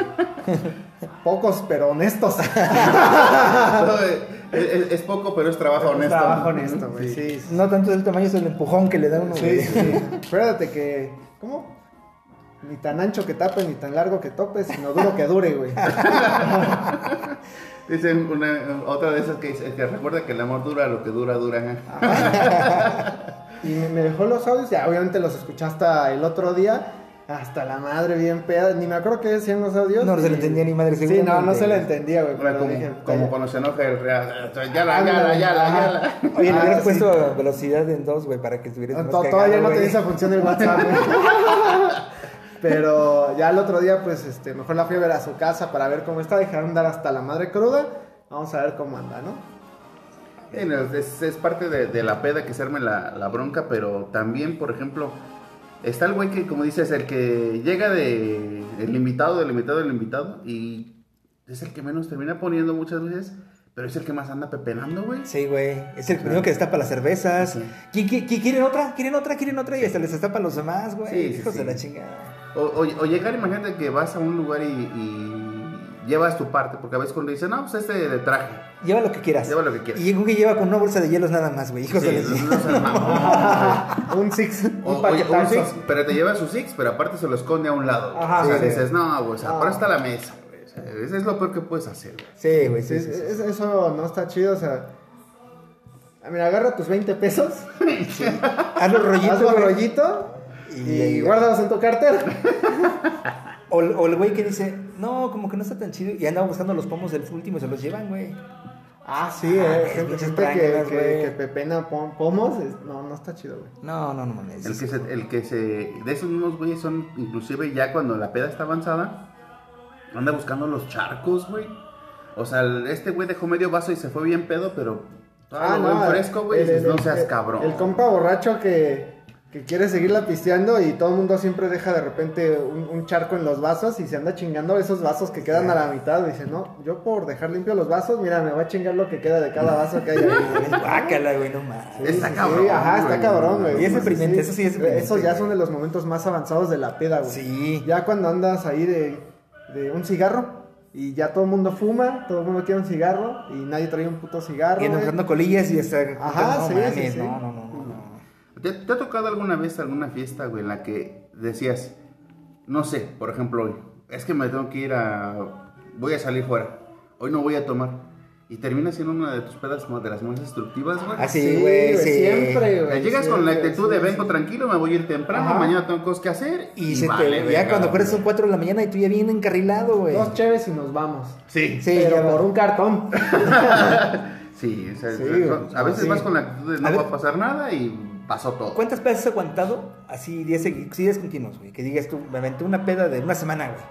Pocos, pero honestos.
Todo es, eh, es- es poco, pero es trabajo honesto.
pues, Trabajo honesto, güey. sí, sí.
No tanto del tamaño, es el empujón que le da uno,
Sí,
güey.
sí. Acuérdate que. ¿Cómo? Ni tan ancho que tapes, ni tan largo que topes, sino duro que dure, güey.
Dice una, otra de esas que dice, que recuerda que el amor dura lo que dura, dura.
Ah, Y me, me dejó los audios, ya obviamente los escuché hasta el otro día. Hasta la madre, bien peda. Ni me acuerdo qué decían los audios.
No, no se
y-
le entendía ni madre,
Sí, no, no
seguramente.
se le entendía, güey.
Ahora,
pero
como,
dije, Ah,
como
"Ay,
cuando se enoja el real. Ya la, ya la, ya la, ya la.
Oye, le
Ah,
hubieras
sí.
puesto velocidad en dos, güey, para que estuvieras. más
to-
cagado,
Todavía no
güey.
tenía esa función del WhatsApp, güey. Pero ya el otro día, pues, este, mejor la fui a ver a su casa para ver cómo está. Dejaron dar hasta la madre cruda. Vamos a ver cómo anda, ¿no?
Bueno, es, es parte de, de la peda que se arme la, la bronca, pero también, por ejemplo, está el güey que, como dices, el que llega de el invitado, del invitado, del invitado, y es el que menos termina poniendo muchas veces, pero es el que más anda pepenando, güey.
Sí, güey. Es el primero que destapa las cervezas.
Sí.
¿Qui- qui- qui- ¿Quieren otra? ¿Quieren otra? ¿Quieren otra? Y hasta les destapa los demás, güey.
Sí, sí,
Hijos
sí.
de la chingada.
O, o- o llegar, imagínate que vas a un lugar y, y llevas tu parte, porque a veces cuando dicen, no, pues este de traje.
Lleva lo que quieras.
Lleva lo que quieras.
Y un que lleva con una bolsa de hielos nada más, güey. Hijos
Sí,
de la
no,
chingada.
no seas mamón.
un six,
O-
un
o- o un
paquetazo.
six, pero te lleva su six, pero aparte se lo esconde a un lado. güey.
Ajá,
o sea,
sí, sí.
dices, no, güey, o sea,
No.
por hasta la mesa, güey. O sea, ese es lo peor que puedes hacer, güey.
Sí, güey,
Sí,
sí,
es-
sí, sí.
es- eso no está chido, o sea. ah, Mira, agarra tus 20 pesos,
Haz los rollitos.
haz un
güey.
rollito
Y-
y, guárdalos en tu cartera.
O, el- o el güey que dice, no, como que no está tan chido. Y andaba buscando los pomos del último y se los llevan, güey.
Ah, sí, eh,
es
gente,
pinches
gente que,
tranquilas,
que,
güey.
que pepena pom- pomos, es- no, no está chido, güey.
No, no, no mames.
El que, se, el que se. De esos mismos güeyes son, inclusive ya cuando la peda está avanzada, anda buscando los charcos, güey. O sea, el- este güey dejó medio vaso y se fue bien pedo, pero. Ah, no, fresco, güey.
el-
dices,
el-
No seas
el-
cabrón.
El compa borracho que, que que quiere seguirla pisteando y todo el mundo siempre deja de repente un, un charco en los vasos y se anda chingando esos vasos que quedan a la mitad. Dice, no, yo por dejar limpio los vasos, mira, me voy a chingar lo que queda de cada vaso que hay ahí. güey".
Bácala, güey, no más.
Sí,
Está
sí, sí,
cabrón,
ajá, está
güey.
cabrón, güey.
Y es
Sí,
deprimente, eso sí es deprimente,
Esos ya
güey.
son de los momentos más avanzados de la peda, güey.
Sí.
Ya cuando andas ahí de, de un cigarro y ya todo el mundo fuma, todo el mundo quiere un cigarro y nadie trae un puto cigarro.
Y
güey.
enojando colillas y hasta.
Ajá,
no,
sí,
mames,
sí, sí.
No, no, no, no, no.
¿Te, te ha tocado alguna vez alguna fiesta, güey, en la que decías, no sé, por ejemplo, hoy, es que me tengo que ir a. Voy a salir fuera. Hoy no voy a tomar. Y terminas siendo una de tus pedas más- de las más destructivas, güey.
Ah, sí, güey, sí.
Siempre,
O sea,
güey.
Llegas
sí,
con la
güey,
actitud
sí,
de
sí.
vengo tranquilo, me voy a ir temprano,
Ajá.
mañana tengo cosas que hacer.
Y,
Y,
se
vale,
te. Ya
verga,
cuando fueres
güey.
son 4 de la mañana y tú ya bien encarrilado, güey.
Dos chéves y nos vamos.
Sí, sí.
Sí,
pero
ya- Ah.
por un cartón.
o sea,
Sí,
son- a
güey,
veces
sí.
vas con la actitud de no
A ver.
va a pasar nada y pasó todo.
¿Cuántas veces has aguantado así 10 segui- sí, días continuos, güey? Que digas tú, me aventé una peda de una semana, güey.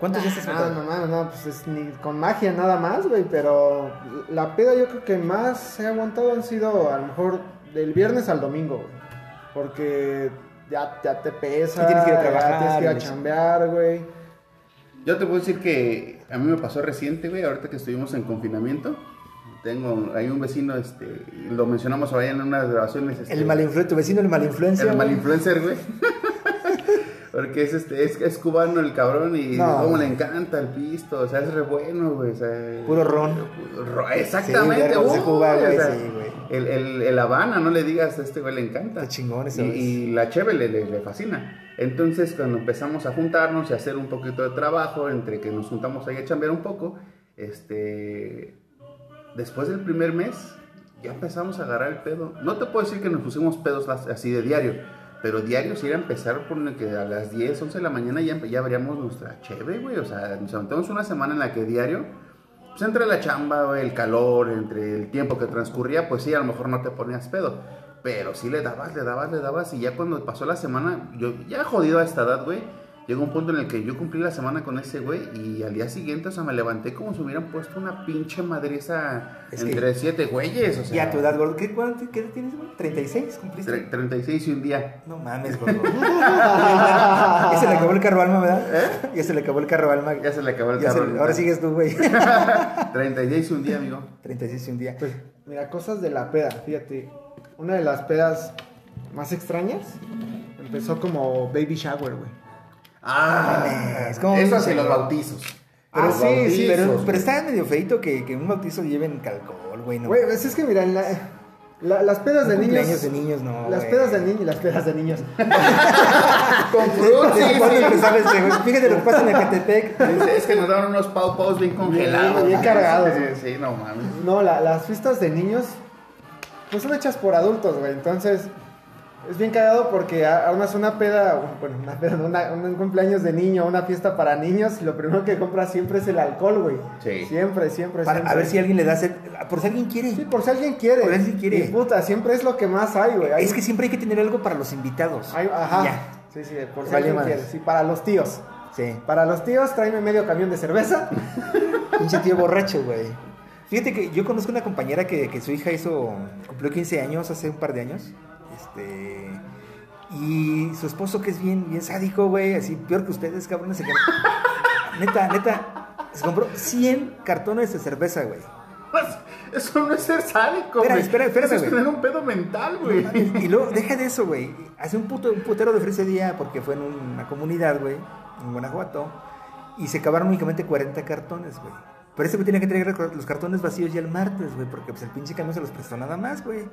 ¿Cuántos días has
Ah,
No, no,
aguantado?
no, no, pues es ni con magia nada más, güey, pero la peda yo creo que más he aguantado han sido a lo mejor del viernes al domingo, güey, porque ya, ya te pesa,
Y tienes que ir a
ya
trabajar,
tienes que ir a
güey.
chambear, güey.
Yo te puedo decir que a mí me pasó reciente, güey, ahorita que estuvimos en confinamiento. Tengo, hay un vecino, este, lo mencionamos ahora en unas grabaciones. este,
El malinfluencer, tu vecino, el malinfluencer.
el
güey.
malinfluencer, güey. Porque es, este, es, es cubano el cabrón y
No.
cómo le encanta el pisto, o sea, es re bueno, güey. o sea,
Puro ron.
ro- exactamente,
Sí, verga, se
uy,
juga,
o
güey,
sea,
sí, güey.
el, el, el Habana, no le digas, a este güey le encanta.
Está chingón ese
y,
güey.
y la cheve le, le- le fascina. Entonces, cuando empezamos a juntarnos y a hacer un poquito de trabajo, entre que nos juntamos ahí a chambear un poco, este. Después del primer mes, ya empezamos a agarrar el pedo. No te puedo decir que nos pusimos pedos las- así de diario, pero diario sí era empezar por lo que a las 10, 11 de la mañana ya, ya veríamos nuestra cheve, güey. O sea, nos aventamos una semana en la que diario pues entre la chamba, güey, el calor, entre el tiempo que transcurría, pues sí, a lo mejor no te ponías pedo. Pero sí le dabas, le dabas, le dabas. Y ya cuando pasó la semana, yo ya jodido a esta edad, güey. Llegó un punto en el que yo cumplí la semana con ese güey y al día siguiente, o sea, me levanté como si me hubieran puesto una pinche madriza
Es que-
entre siete güeyes, o sea.
Y a tu edad, gordo, ¿qué, cuánto- qué edad tienes, güey? ¿36 cumpliste?
tre- 36 y un día.
No mames, gordo. ya se le acabó el carro alma, ¿verdad? Ya se le acabó el carro alma.
¿Eh? Ya se le acabó el
Ya se-
carro.
Ahora sigues tú, güey.
36 y un día, amigo.
36 y un día.
Pues mira, cosas de la peda, fíjate, una de las pedas más extrañas empezó como baby shower, güey.
Ah,
Es como-
eso sí, los bautizos.
Ah,
Los
sí, sí,
Pero,
bautizos,
pero está medio feito que, que un bautizo lleven alcohol, güey. No,
Güey, pues, es que mira, en la- la- las pedas
Un
de niños...
cumpleaños de niños, no,
Las
güey.
pedas de niños, las pedas de niños.
Con frutas,
Sí,
sí,
¿cuándo
sí.
empezaba este, güey? Fíjate lo que pasa en Ecatepec.
Dice, Es que nos daban unos pau paus bien congelados.
Bien cargados, güey.
Sí, sí, no mames.
No, la- las fiestas de niños, pues son hechas por adultos, güey. Entonces, es bien cagado porque a- armas una peda, bueno, una peda, no, una- un cumpleaños de niño, una fiesta para niños, y lo primero que compras siempre es el alcohol, güey.
Sí.
Siempre, siempre,
Para-
siempre.
a ver si alguien le da sed. Ah, Por si alguien quiere.
Pues, Sí, por si alguien quiere.
Por si quiere.
Y puta, siempre es lo que más hay, güey. Hay-
Es que siempre hay que tener algo para los invitados.
hay- ajá.
Ya.
Sí, sí, por si
Vale
alguien
madres.
quiere. Sí, para los tíos.
Sí.
Para los tíos, tráeme medio camión de cerveza.
Pinche tío borracho, güey. Fíjate que yo conozco una compañera que, que su hija hizo. cumplió 15 años hace un par de años. Este. Y su esposo, que es bien, bien sádico, güey, así peor que ustedes, cabrones. Se compró- neta, neta. Se compró 100 cartones de cerveza, güey.
Pues, Eso no es ser sádico,
Espera,
güey.
espera, espérame,
Eso
güey.
Es tener un pedo mental, güey.
Y luego, deja de eso, güey. Hace un, puto, un putero de frío ese día porque fue en una comunidad, güey, en Guanajuato. Y se acabaron únicamente 40 cartones, güey. Pero ese güey tenía que traer los cartones vacíos ya el martes, güey, porque pues, el pinche camión se los prestó nada más, güey.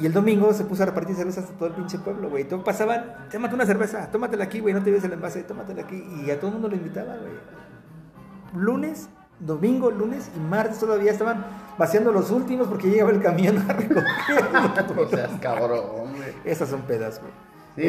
Y el domingo se puso a repartir cervezas a todo el pinche pueblo, güey. Todo pasaba, tómate una cerveza, tómatela aquí, güey, no te ves el envase, tómatela aquí. Y a todo el mundo lo invitaba, güey. Lunes, domingo, lunes y martes todavía estaban vaciando los últimos porque llegaba el camión a recoger.
O sea, es cabrón, güey.
Esas son pedas, güey.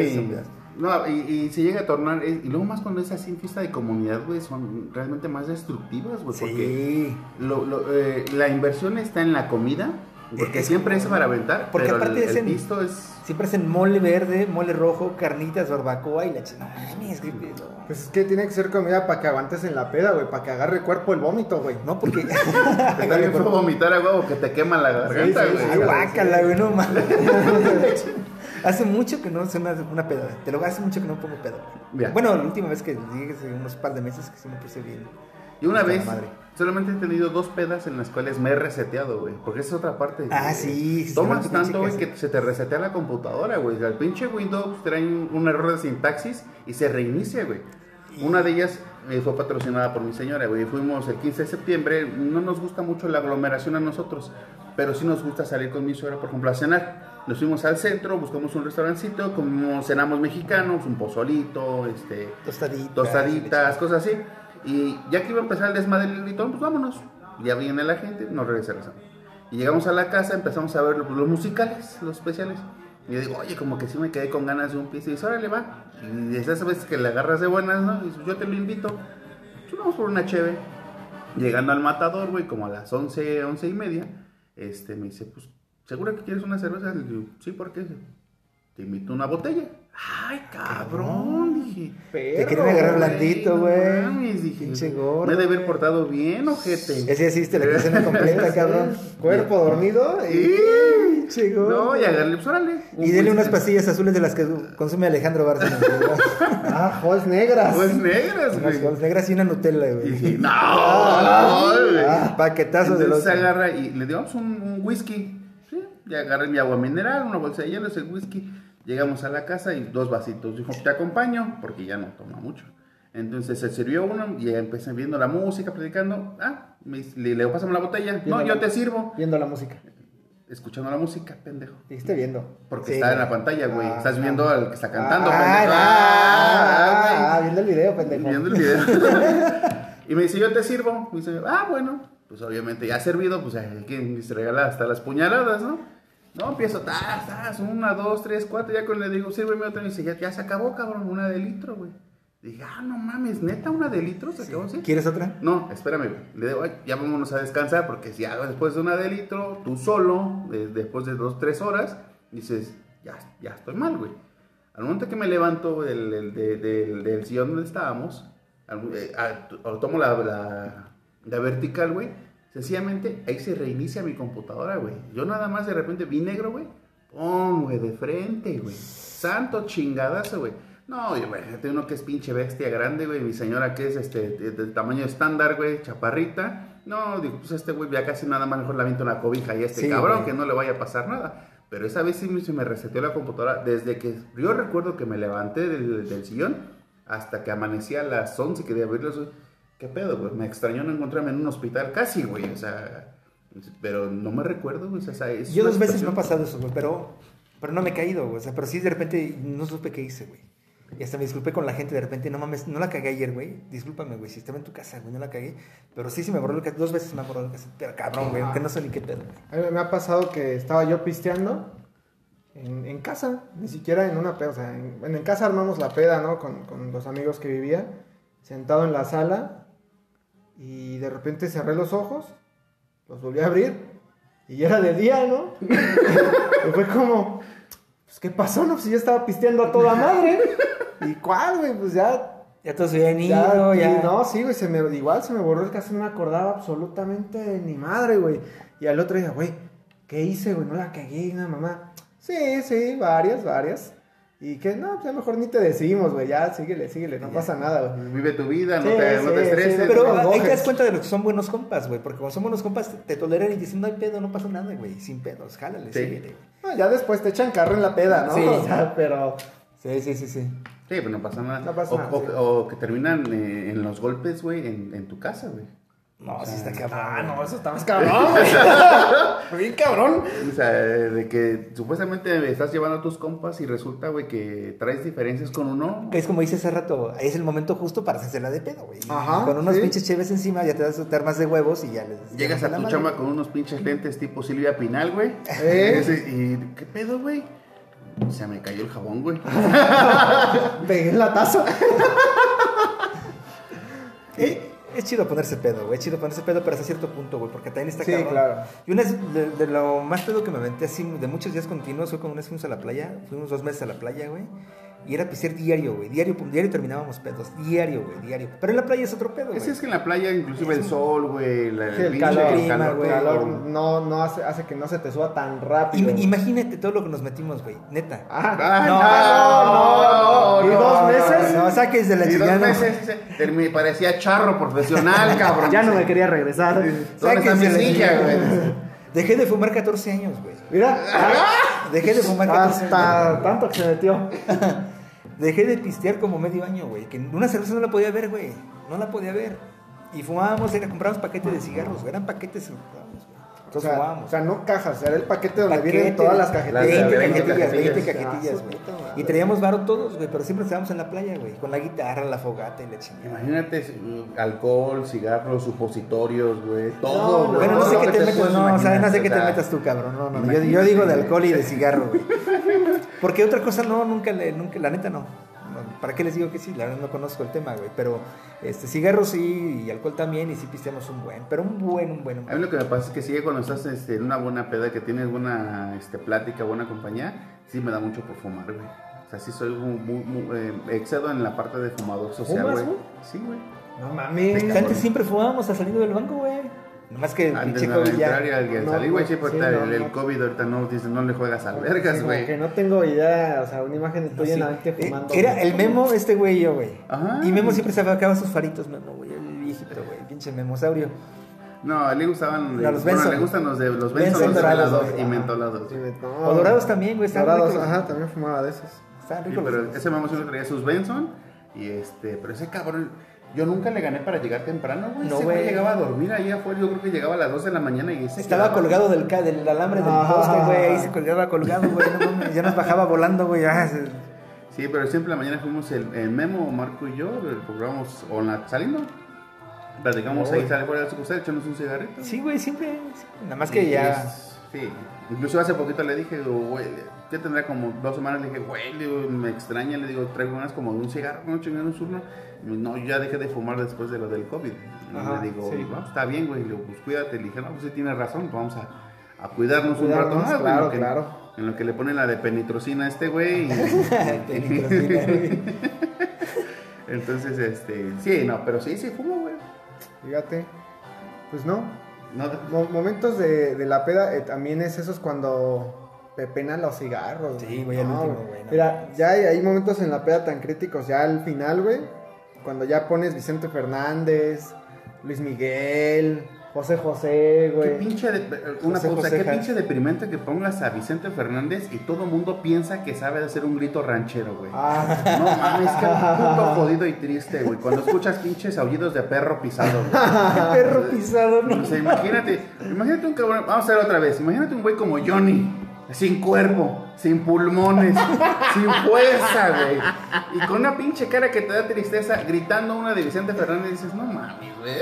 Esas son
Sí.
pedas.
No, y, y se llega a tornar. es- Y luego más cuando es así en fiesta de comunidad, güey, son realmente más destructivas, güey. Porque
Sí.
lo- lo, eh, la inversión está en la comida. Porque
Es-
siempre es para aventar.
porque
pero
aparte
el,
es
el
en-
pisto es.
Siempre hacen mole verde, mole rojo, carnitas, barbacoa y la chingada. No mames, qué pedo.
Pues es que tiene que ser comida para que aguantes en la peda, güey. Para que agarre cuerpo el vómito, güey.
No, porque.
Te da bien por
Ah,
vomitar a huevo que te quema la garganta,
sí,
güey.
sí,
Ay, guácala, güey, no mames. Hace mucho que no suena una peda. Te lo hace mucho que no pongo pedo.
Ya.
Bueno, la última vez que dije que hace unos par de meses que sí me puse bien.
Y una
hasta la
vez,
madre.
solamente he tenido dos pedas en las cuales me he reseteado, güey. Porque esa es otra parte.
Ah,
güey.
sí, sí,
Tomas
sí, pinche
tanto, güey,
casa.
que se te resetea la computadora, güey. El pinche Windows trae un un error de sintaxis y se reinicia, güey. Una de ellas eh, fue patrocinada por mi señora, güey. Fuimos el 15 de septiembre. No nos gusta mucho la aglomeración a nosotros, pero sí nos gusta salir con mi suegra, por ejemplo, a cenar. Nos fuimos al centro, buscamos un restaurancito, comimos, cenamos mexicanos, un pozolito, este,
Tostaditas.
tostaditas, cosas así. Y ya que iba a empezar el desmadre del gritón, pues vámonos. Ya viene la gente, nos regresa la sala. Y llegamos a la casa, empezamos a ver los, los musicales, los especiales. Y yo digo, oye, como que sí me quedé con ganas de un piso. Y dice, órale, va. Y de esas veces que le agarras de buenas, ¿no? Y dice, yo te lo invito. Pues vamos por una cheve. Llegando al matador, güey, como a las 11, 11 y media, este, me dice, pues, ¿segura que quieres una cerveza? Le digo, sí, ¿por qué? Dice, Te invito una botella. Ay, cabrón, dije.
Te querían agarrar
Güey,
blandito,
no
güey.
mames, dije,
Pinche gordo,
Me he de haber
güey.
portado bien, ojete.
Ese asiste la quincena completa, cabrón.
Cuerpo dormido y...
Sí.
Chico.
No, y agarré, pues órale.
Y dele unas
whisky.
pastillas azules de las que consume Alejandro Bárcenas. ¿verdad?
Ah, joyas negras.
Pues negras,
unas
güey.
cosas negras y una Nutella,
Y
güey.
dije, no, no, güey.
Ah, paquetazo de
Entonces
los.
se agarra y le dio pues, un, un whisky. Sí, ya agarré mi agua mineral, una bolsa de hielo, ese whisky. Llegamos a la casa y dos vasitos. Dijo, te acompaño, porque ya no toma mucho. Entonces se sirvió uno y ya empecé viendo la música, predicando. Ah, me dice, le, le pasamos la botella. No, yo te sirvo.
Viendo la música.
Escuchando la música, pendejo.
Dijiste viendo.
Porque
Sí,
está en
güey.
la pantalla, güey.
Ah,
Estás
ah.
viendo al que está cantando.
ah,
pendejo.
ah,
Ah, güey.
ah, viendo el video, pendejo.
Viendo el video. y me dice, yo te sirvo. Me dice, ah, bueno. Pues obviamente ya servido, pues hay quien se regala hasta las puñaladas, ¿no? No, empiezo, tas, tas, una, dos, tres, cuatro. Ya cuando le digo, sírveme otra, me dice, ya, ya se acabó, cabrón, una de litro, güey. Dije, ah, no mames, neta, una de litro, se acabó, sí.
¿Quieres otra?
No, espérame, güey. Le digo, "Ay, ya vámonos a descansar, porque si hago después de una de litro, tú solo, de- después de dos, tres horas, dices, ya, ya estoy mal, güey. Al momento que me levanto del, del, del- del- del sillón donde estábamos, al- eh, a- o tomo la, la, la vertical, güey, sencillamente ahí se reinicia mi computadora, güey. Yo nada más de repente vi negro, güey, pum, güey, de frente, güey. Santo chingadazo, güey. No, yo, güey, tengo uno que es pinche bestia grande, güey. Mi señora que es este, de- del tamaño estándar, güey, chaparrita. No, digo, pues este güey ya casi nada más mejor le aviento una cobija y a este
Sí,
cabrón
güey.
que no le vaya a pasar nada. Pero esa vez sí me- se me reseteó la computadora. Desde que yo recuerdo que me levanté del, del sillón hasta que amanecía a las 11 que debía abrirlos. güey. ¿Qué pedo, güey? Me extrañó no encontrarme en un hospital casi, güey. O sea, pero no me recuerdo, güey. O sea, esa es
Yo
una
dos veces me ha
situación-
pasado eso, güey, pero, pero no me he caído, güey. O sea, pero sí de repente no supe qué hice, güey. Y hasta me disculpé con la gente de repente, no mames, no la cagué ayer, güey. Discúlpame, güey, si estaba en tu casa, güey, no la cagué. Pero sí, sí me borró el cassette. Dos veces me borró el cassette, pero cabrón, güey, aunque no sé ni qué pedo. güey.
A mí me ha pasado que estaba yo pisteando en, en casa, ni siquiera en una peda. O sea, en, bueno, en casa armamos la peda, ¿no? Con, con los amigos que vivía, sentado en la sala. Y de repente cerré los ojos, los volví a abrir. Y ya era de día, ¿no? y fue como, pues, ¿qué pasó, no? Si yo estaba pisteando a toda madre. ¿Y cuál, güey? Pues ya
Ya todos se habían
ya,
ido,
y
ya.
No, sí, güey, se me, igual se me borró el caso, no me acordaba absolutamente de ni madre, güey. Y al otro día, güey, ¿qué hice, güey? No la cagué, una mamá. Sí, sí, varias, varias. Y que no, pues ya mejor ni te decimos, güey, ya síguele, síguele, no pasa nada, güey.
Vive tu vida, no,
Sí,
te, no
sí,
te
sí,
estreses.
no
Pero
los
ahí te das
mojes.
cuenta de lo que son buenos compas, güey. Porque cuando son buenos compas, te- te toleran y dicen, no hay pedo, no pasa nada, güey. Sin pedos, jálale,
Sí.
síguele, güey.
No, ya después te echan carro en la peda, ¿no?
Sí.
O sea, pero
Sí, sí, sí, sí.
Sí, pues no pasa nada.
No pasa
o,
nada,
o-
sí.
o que terminan eh, en los golpes, güey, en, en tu casa, güey.
No, sí está cabrón.
Ah,
güey.
no, eso está más cabrón, güey. Fue Bien cabrón.
O sea, de que supuestamente estás llevando a tus compas y resulta, güey, que traes diferencias con uno.
Que es como dice hace rato, ahí es el momento justo para hacerla de pedo, güey.
Ajá,
Con unos
sí.
pinches cheves encima ya te vas a soltar más de huevos y ya les.
Llegas a
la
tu
madre.
chamba con unos pinches lentes tipo Silvia Pinal, güey.
¿Eh?
Y dices, ¿Y qué pedo, güey? Se me cayó el jabón, güey.
Ah, Pegué en la taza.
Eh, Es chido ponerse pedo, güey. Es chido ponerse pedo, pero hasta cierto punto, güey. Porque también está
Sí,
cabrón.
claro.
Y una vez, de, de lo más pedo que me aventé así, de muchos días continuos, fue cuando una vez fuimos a la playa. Fuimos dos meses a la playa, güey. Y era pistear diario, güey. Diario, pum, diario terminábamos pedos. Diario, güey, diario. Pero en la playa es otro pedo, güey.
Es, es que en la playa, inclusive el sol, güey, la-
Sí, el
pinche
calor,
clima, güey.
el calor no, no hace, hace que no se te suba tan rápido.
Im- imagínate todo lo que nos metimos, güey. Neta.
Ah,
Ah,
no, no, no. ¿Y dos meses?
No, saques de la
Y dos
chingada.
meses, sí, terminé- parecía charro profesional, cabrón.
ya no me quería regresar.
¿Dónde está mi
Sáquense de
silla,
aquí.
güey?
Dejé de fumar 14 años, güey.
Mira,
Dejé de fumar 14 años.
hasta tanto que se metió.
Dejé de pistear como medio año, güey. Que una cerveza no la podía ver, güey. No la podía ver. Y fumábamos, era, comprábamos paquetes de cigarros, güey. Eran paquetes y los comprábamos, güey.
O
Entonces
sea,
fumábamos.
o sea, no cajas, era el paquete donde
Paquete,
vienen todas las
güey.
cajetillas.
20
20
cajetillas, 20
cajetillas.
Ah,
cajetillas,
su
güey.
puta madre.
Y traíamos varo todos, güey. Pero siempre estábamos en la playa, güey. Con la guitarra, la fogata y la chingada.
Imagínate mm, alcohol, cigarros, supositorios, güey. Todo,
No,
güey.
Bueno, no
todo
sé
lo
qué te
puedes
metas, no, o sea,
imaginar,
no sé qué
o
te
sea,
metas tú, cabrón. No, no, no. Yo, yo digo de alcohol y de cigarro, güey. Porque otra cosa, no, nunca, le, nunca, la neta no. No, ¿Para qué les digo que sí? La verdad no conozco el tema, güey. Pero este, cigarros sí, y alcohol también, y sí pisteamos un buen, pero un buen, un buen. un
A
buen.
mí lo que me pasa es que sigue cuando estás este, en una buena peda, que tienes buena este, plática, buena compañía, sí me da mucho por fumar, güey. O sea, sí soy muy, muy, muy, eh, excedo en la parte de fumador social,
¿Fumas,
güey.
güey?
Sí, güey.
No mames.
Te
Que Antes siempre fumábamos al saliendo del banco, güey. Nomás que el
Antes
pinche
de
COVID ya-
entrar y al
no,
salir, güey, sí,
no,
porque
sí, no,
el, el
no.
COVID ahorita no, dice, no le juegas al vergas,
Como Que
güey.
no tengo idea, o sea, una imagen
No,
tuya en
sí.
la mente
Eh,
fumando.
Era el Memo, este güey y yo, güey. Ah.
Ajá.
Y Memo siempre sacaba sus faritos, Memo, güey. El viejito, güey. Pinche memosaurio.
No, a él le gustaban,
No, los
bueno,
Benson.
le gustan los de los
Benson
Benson, los de
dorados,
velador
güey,
y
ajá.
mentolados.
Sí,
Sí,
me- no.
O dorados también, güey. estaban
Dorados,
ricos.
ajá, también fumaba de esos.
Estaban ricos los
pero
dos.
ese mamá solo traía sus Benson y este, pero ese cabrón, yo nunca le gané para llegar temprano, güey.
No,
ese güey
güey.
llegaba a dormir ahí afuera, yo creo que llegaba a las 12 de la mañana y ese
Estaba colgado del, ca- del alambre del
Ah.
poste, güey. Ahí se colgaba colgado, güey. no mames, ya nos bajaba volando, güey. ah, se-
Sí, pero siempre en la mañana fuimos el, el Memo, Marco y yo, el programamos o en la- saliendo. Platicamos ahí, sale fuera de su costado, echándonos un cigarrito.
Sí, güey, siempre. siempre. Nada más
Y
que ya.
es- sí. Incluso hace poquito le dije, digo, güey, ya tendrá como dos semanas, le dije, güey, le digo, me extraña, le digo, traigo unas como de un cigarro, no chingando un surno. Y me, No, yo ya dejé de fumar después de lo del COVID. Y
Ajá,
le digo,
sí.
no, pues, está bien, güey, le digo, pues cuídate. Le dije, no, pues sí tienes razón, vamos a, a cuidarnos un
Cuidarnos,
rato más. güey,
claro,
en lo que-
claro.
En lo que le ponen la de penitrocina a este güey. y-
Penitrocina, güey.
Entonces, este, sí, no, pero sí, sí fumo, güey.
Fíjate. Pues no.
No,
Mo- momentos de, de la peda eh, también es esos cuando pepenan los cigarros.
Sí, güey, al último, güey, no
Mira,
mames.
ya hay, hay momentos en la peda tan críticos, ya al final, güey. Cuando ya pones Vicente Fernández, Luis Miguel, José José,
Qué
güey.
pinche de- eh, una
José,
cosa,
José,
qué
ja.
pinche deprimente que pongas a Vicente Fernández y todo mundo piensa que sabe hacer un grito ranchero, güey.
Ah,
No mames, qué puto jodido y triste, güey. Cuando escuchas pinches aullidos de perro pisado, güey.
Perro pisado,
O
no.
sea, imagínate, imagínate un cabrón, vamos a hacer otra vez, imagínate un güey como Johnny, sin cuerpo, sin pulmones, sin fuerza, güey. Y con una pinche cara que te da tristeza, gritando una de Vicente Fernández, dices, no mames, güey.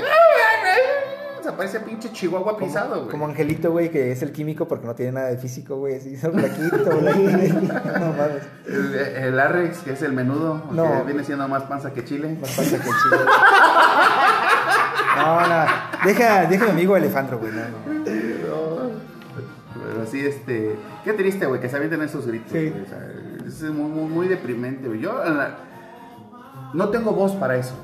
Se parece a pinche chihuahua pisado, güey.
Como Angelito, güey, que es el químico porque no tiene nada de físico, güey. Así, blaquito, blaquito. No mames.
El, el Arrex, que es el menudo,
No.
que viene siendo más panza que chile.
Más panza que el chile. güey. No, no. Deja, deja a mi amigo Alejandro, güey. No, no.
Pero así, este. Qué triste, güey, que se avienten esos gritos.
Sí.
güey, o sea, es muy, muy, muy deprimente, güey. Yo en la- no tengo voz para eso.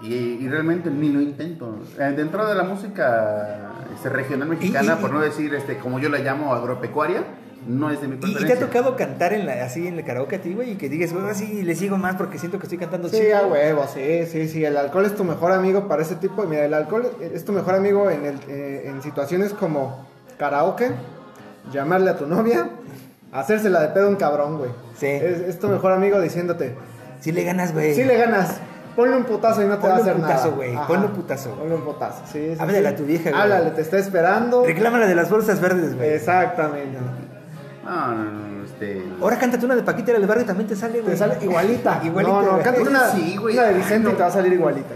güey, Y, y realmente ni lo intento. Eh, Dentro de la música este, regional mexicana,
y-
por no decir este, como yo la llamo agropecuaria, no es de mi
¿Y, y
preferencia.
te ha tocado cantar en la, así en el karaoke a ti, güey? Y que digas, güey, así le sigo más porque siento que estoy cantando
Sí, ah,
chido.
a huevo, sí, sí, sí. El alcohol es tu mejor amigo para ese tipo. Mira, el alcohol es tu mejor amigo en, el, eh, en situaciones como karaoke, llamarle a tu novia, hacérsela de pedo a un cabrón, güey.
Sí.
Es, es tu mejor amigo diciéndote,
Sí le ganas, güey.
si le ganas, ponle un putazo y no te
Ponle
va a
un
hacer
putazo,
nada.
güey,
Ajá.
ponle un putazo.
Ponle un putazo, sí. sí,
Háblale
sí.
a tu vieja, güey.
Háblale, te está esperando.
Reclámala de las bolsas verdes, güey.
Exactamente.
No, no, no, este.
Ahora cántate una de Paquita del barrio también te sale, güey.
Te sale igualita.
Igualita,
No, no,
güey.
canta una,
Sí, güey.
una de Vicente y te va a salir igualita.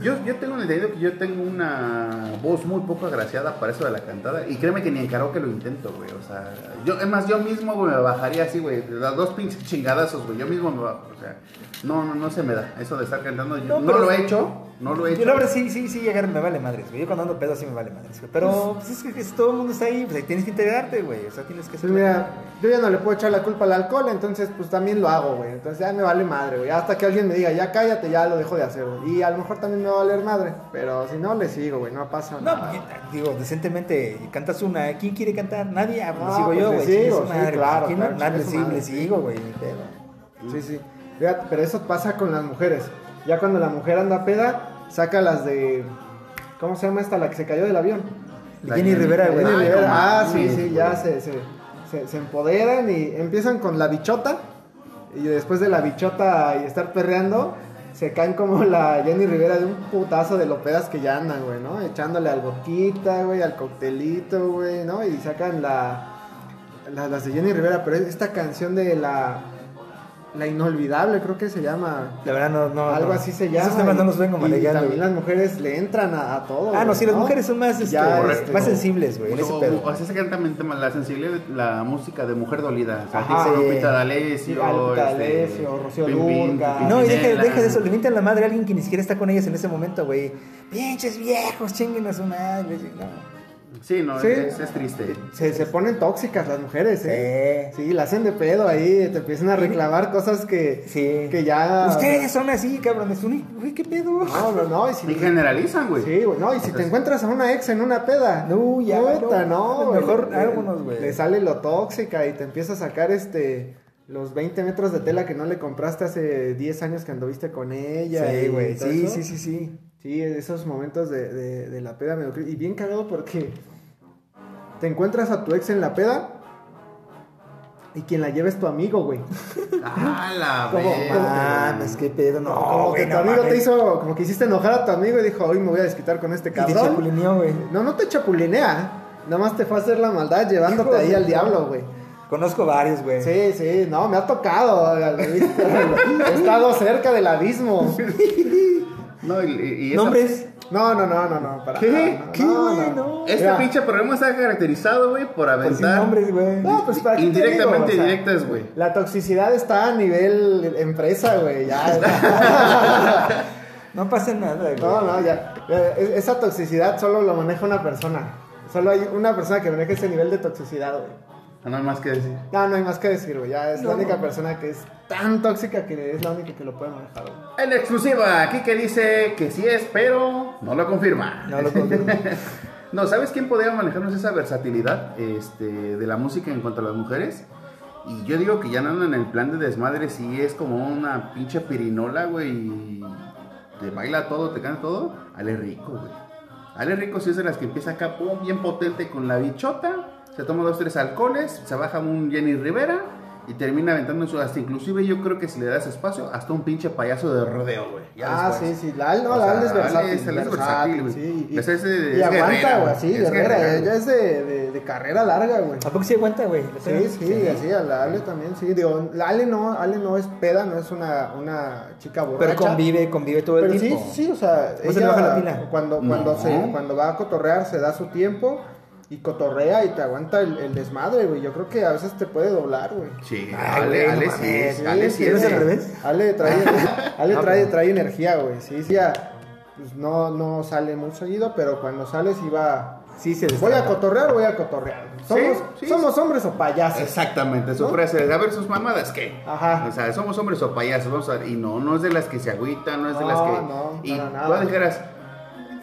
Yo, yo tengo entendido que yo tengo una voz muy poco agraciada para eso de la cantada. Y créeme que ni en karaoke lo intento, güey. O sea, yo, es más, yo mismo, güey, me bajaría así, güey. Las dos pinches chingadazos, güey. Yo mismo me bajo. O sea, no, no, no se me da. Eso de estar cantando, yo
No,
no,
pero-
lo he hecho. No lo he
Yo la
hecho.
verdad sí, sí, sí, llegar me vale madres, güey. Yo cuando ando pedo sí me vale madres, güey. Pero pues, es que, que todo el mundo está ahí, pues ahí tienes que integrarte, güey. O sea, tienes que
Pues
hacer...
mira, yo ya no le puedo echar la culpa al alcohol, entonces pues también lo hago, güey. Entonces ya me vale madre, güey. Hasta que alguien me diga, ya cállate, ya lo dejo de hacer, güey. Y a lo mejor también me va a valer madre, pero si no, le sigo, güey, no pasa
No,
nada.
porque, digo, decentemente cantas una. ¿Quién quiere cantar? Nadie. Ah,
No,
pues, le sigo
pues,
yo,
le
güey.
sigo,
chingue su
sí,
madre,
claro,
¿quién
claro,
no? Nadie,
chingue su
sí,
madre.
le sigo, güey. ni pedo.
Sí, sí. Fíjate, pero eso pasa con las mujeres. Ya cuando la mujer anda peda, saca las de... ¿Cómo se llama esta? La que se cayó del avión.
De Jenny Rivera, güey.
Jenny
Ay,
Rivera.
no
Ah, sí,
mames,
sí,
güey.
ya se, se, se- se empoderan y empiezan con la bichota. Y después de la bichota y estar perreando, se caen como la Jenny Rivera de un putazo de loperas que ya andan, güey, ¿no? Echándole al boquita, güey, al coctelito, güey, ¿no? Y sacan la, la- las de Jenny Rivera, pero esta canción de la, la inolvidable, creo que se llama.
La verdad, no. no
Algo
no.
así se llama.
Esos temas no los vengo
y, y
manejando.
también
güey.
las mujeres le entran a, a todo.
Ah, no,
güey,
sí, las mujeres son más, este,
Ya,
este,
más sensibles, güey. En ese
O,
pedo.
o- o sea, exactamente la sensibilidad, la música de mujer dolida. O sea,
Ajá,
tipo
sí.
Lupita D'Alessio,
Sí, Lupita
este,
D'Alessio, Rocío
Pin Pin,
Durga.
Pin
No, y deja,
Pinela.
deja de eso, le mientan la madre a alguien que ni siquiera está con ellas en ese momento, güey. Pinches viejos, chinguen a su madre. No.
Sí, no,
Sí.
Es, es triste.
Se, se ponen tóxicas las mujeres, ¿eh?
Sí.
Sí, la hacen de pedo ahí, te empiezan a reclamar cosas que,
Sí.
que ya...
Ustedes son así, cabrones. Uy, uy, qué pedo.
No, no, no, y si,
Y generalizan, güey.
sí, güey, no, y si te encuentras a una ex en una peda...
No, ya,
puta,
no,
no, güey,
mejor
le-
algunos, güey.
Le sale lo tóxica y te empieza a sacar este... Los 20 metros de tela que no le compraste hace 10 años que anduviste con ella.
Sí,
y
güey.
todo
Sí,
eso.
sí, sí, sí.
Sí, esos momentos de, de- de la peda medio cri- Y bien cagado porque te encuentras a tu ex en la peda y quien la lleva es tu amigo, güey.
Ah, la
¿Cómo?
verga.
¿Cómo? Ah,
Mames, qué pedo. No,
Como
güey,
que tu
no
amigo
mames.
te hizo, como que hiciste enojar a tu amigo y dijo, hoy me voy a desquitar con este
Y te
cabrón.
chapulineó, güey.
No, no te chapulinea. Nada más te fue a hacer la maldad llevándote
Hijo de
ahí al
su-
diablo, güey.
Conozco varios, güey.
Sí, sí, no, me ha tocado. He estado cerca del abismo.
No, y, y- y esa-
Nombres.
No, no, no, no, no. Para
¿Qué?
nada, no,
¿Qué,
no,
güey?
no.
No.
Este
Mira.
pinche programa está caracterizado, güey, por
Pues sin
aventar.
nombres, güey.
No, pues para qué te
indirectamente
digo, o sea,
directas, güey.
La toxicidad está a nivel empresa, güey. Ya.
No pasa nada, güey.
No, no, ya. Eh, es- Esa toxicidad solo lo maneja una persona. Solo hay una persona que maneja ese nivel de toxicidad, güey.
No hay más que decir.
No, no hay más que decir, güey. Ya es
No.
la única persona que es tan tóxica que es la única que lo puede manejar, güey.
En exclusiva, aquí que dice que sí es, pero no lo confirma.
No lo confirmo.
No, ¿sabes quién podría manejarnos esa versatilidad este, de la música en cuanto a las mujeres? Y yo digo que ya no andan en el plan de desmadre, si es como una pinche pirinola, güey, y te baila todo, te canta todo. Ale Rico, güey. Ale Rico sí es de las que empieza acá, pum, bien potente con la bichota, se toma dos, tres alcoholes, se baja un Jenny Rivera y termina aventando su, hasta inclusive yo creo que si le das espacio, hasta un pinche payaso de rodeo, güey. Ya
Ah,
después.
sí, sí. La Al, no,
O
la
sea,
Al es
Ale
versátil.
es- Ale es versátil, güey.
sí, y,
Pues es de-
y
es guerrera,
aguanta, güey.
güey.
Sí,
Es
guerrera.
guerrera,
Ella
güey.
es de, de- de carrera larga, güey.
¿A poco sí aguanta, güey? ¿La
Sí,
peda?
sí, así, a la Ale también, sí. Digo, la Ale no, Ale no es peda, no es una, una chica borracha.
Pero convive, convive todo el
Pero sí,
tiempo.
sí, o sea,
No se le baja la pila.
cuando, cuando,
No.
se, cuando va a cotorrear se da su tiempo y cotorrea y te aguanta el, el desmadre, güey. Yo creo que a veces te puede doblar, güey.
Sí,
Ay,
Ale,
güey,
Ale
no
sí,
mames.
es, Ale sí
¿No es
es.
al revés?
Ale trae, Ale
No,
trae,
pues.
trae energía, güey. Sí, sí, ya, pues no, no sale muy seguido, pero cuando sales sí va...
Sí, se
Voy a
destraba.
cotorrear, voy a cotorrear. Somos,
sí,
somos hombres o payasos.
Exactamente, su
¿No?
frase, a ver sus mamadas, ¿qué?
Ajá.
O sea, somos hombres o payasos, vamos a ver. Y no, no es de las que se agüitan, no es de
No,
las que.
no,
y
para nada.
tú dijeras,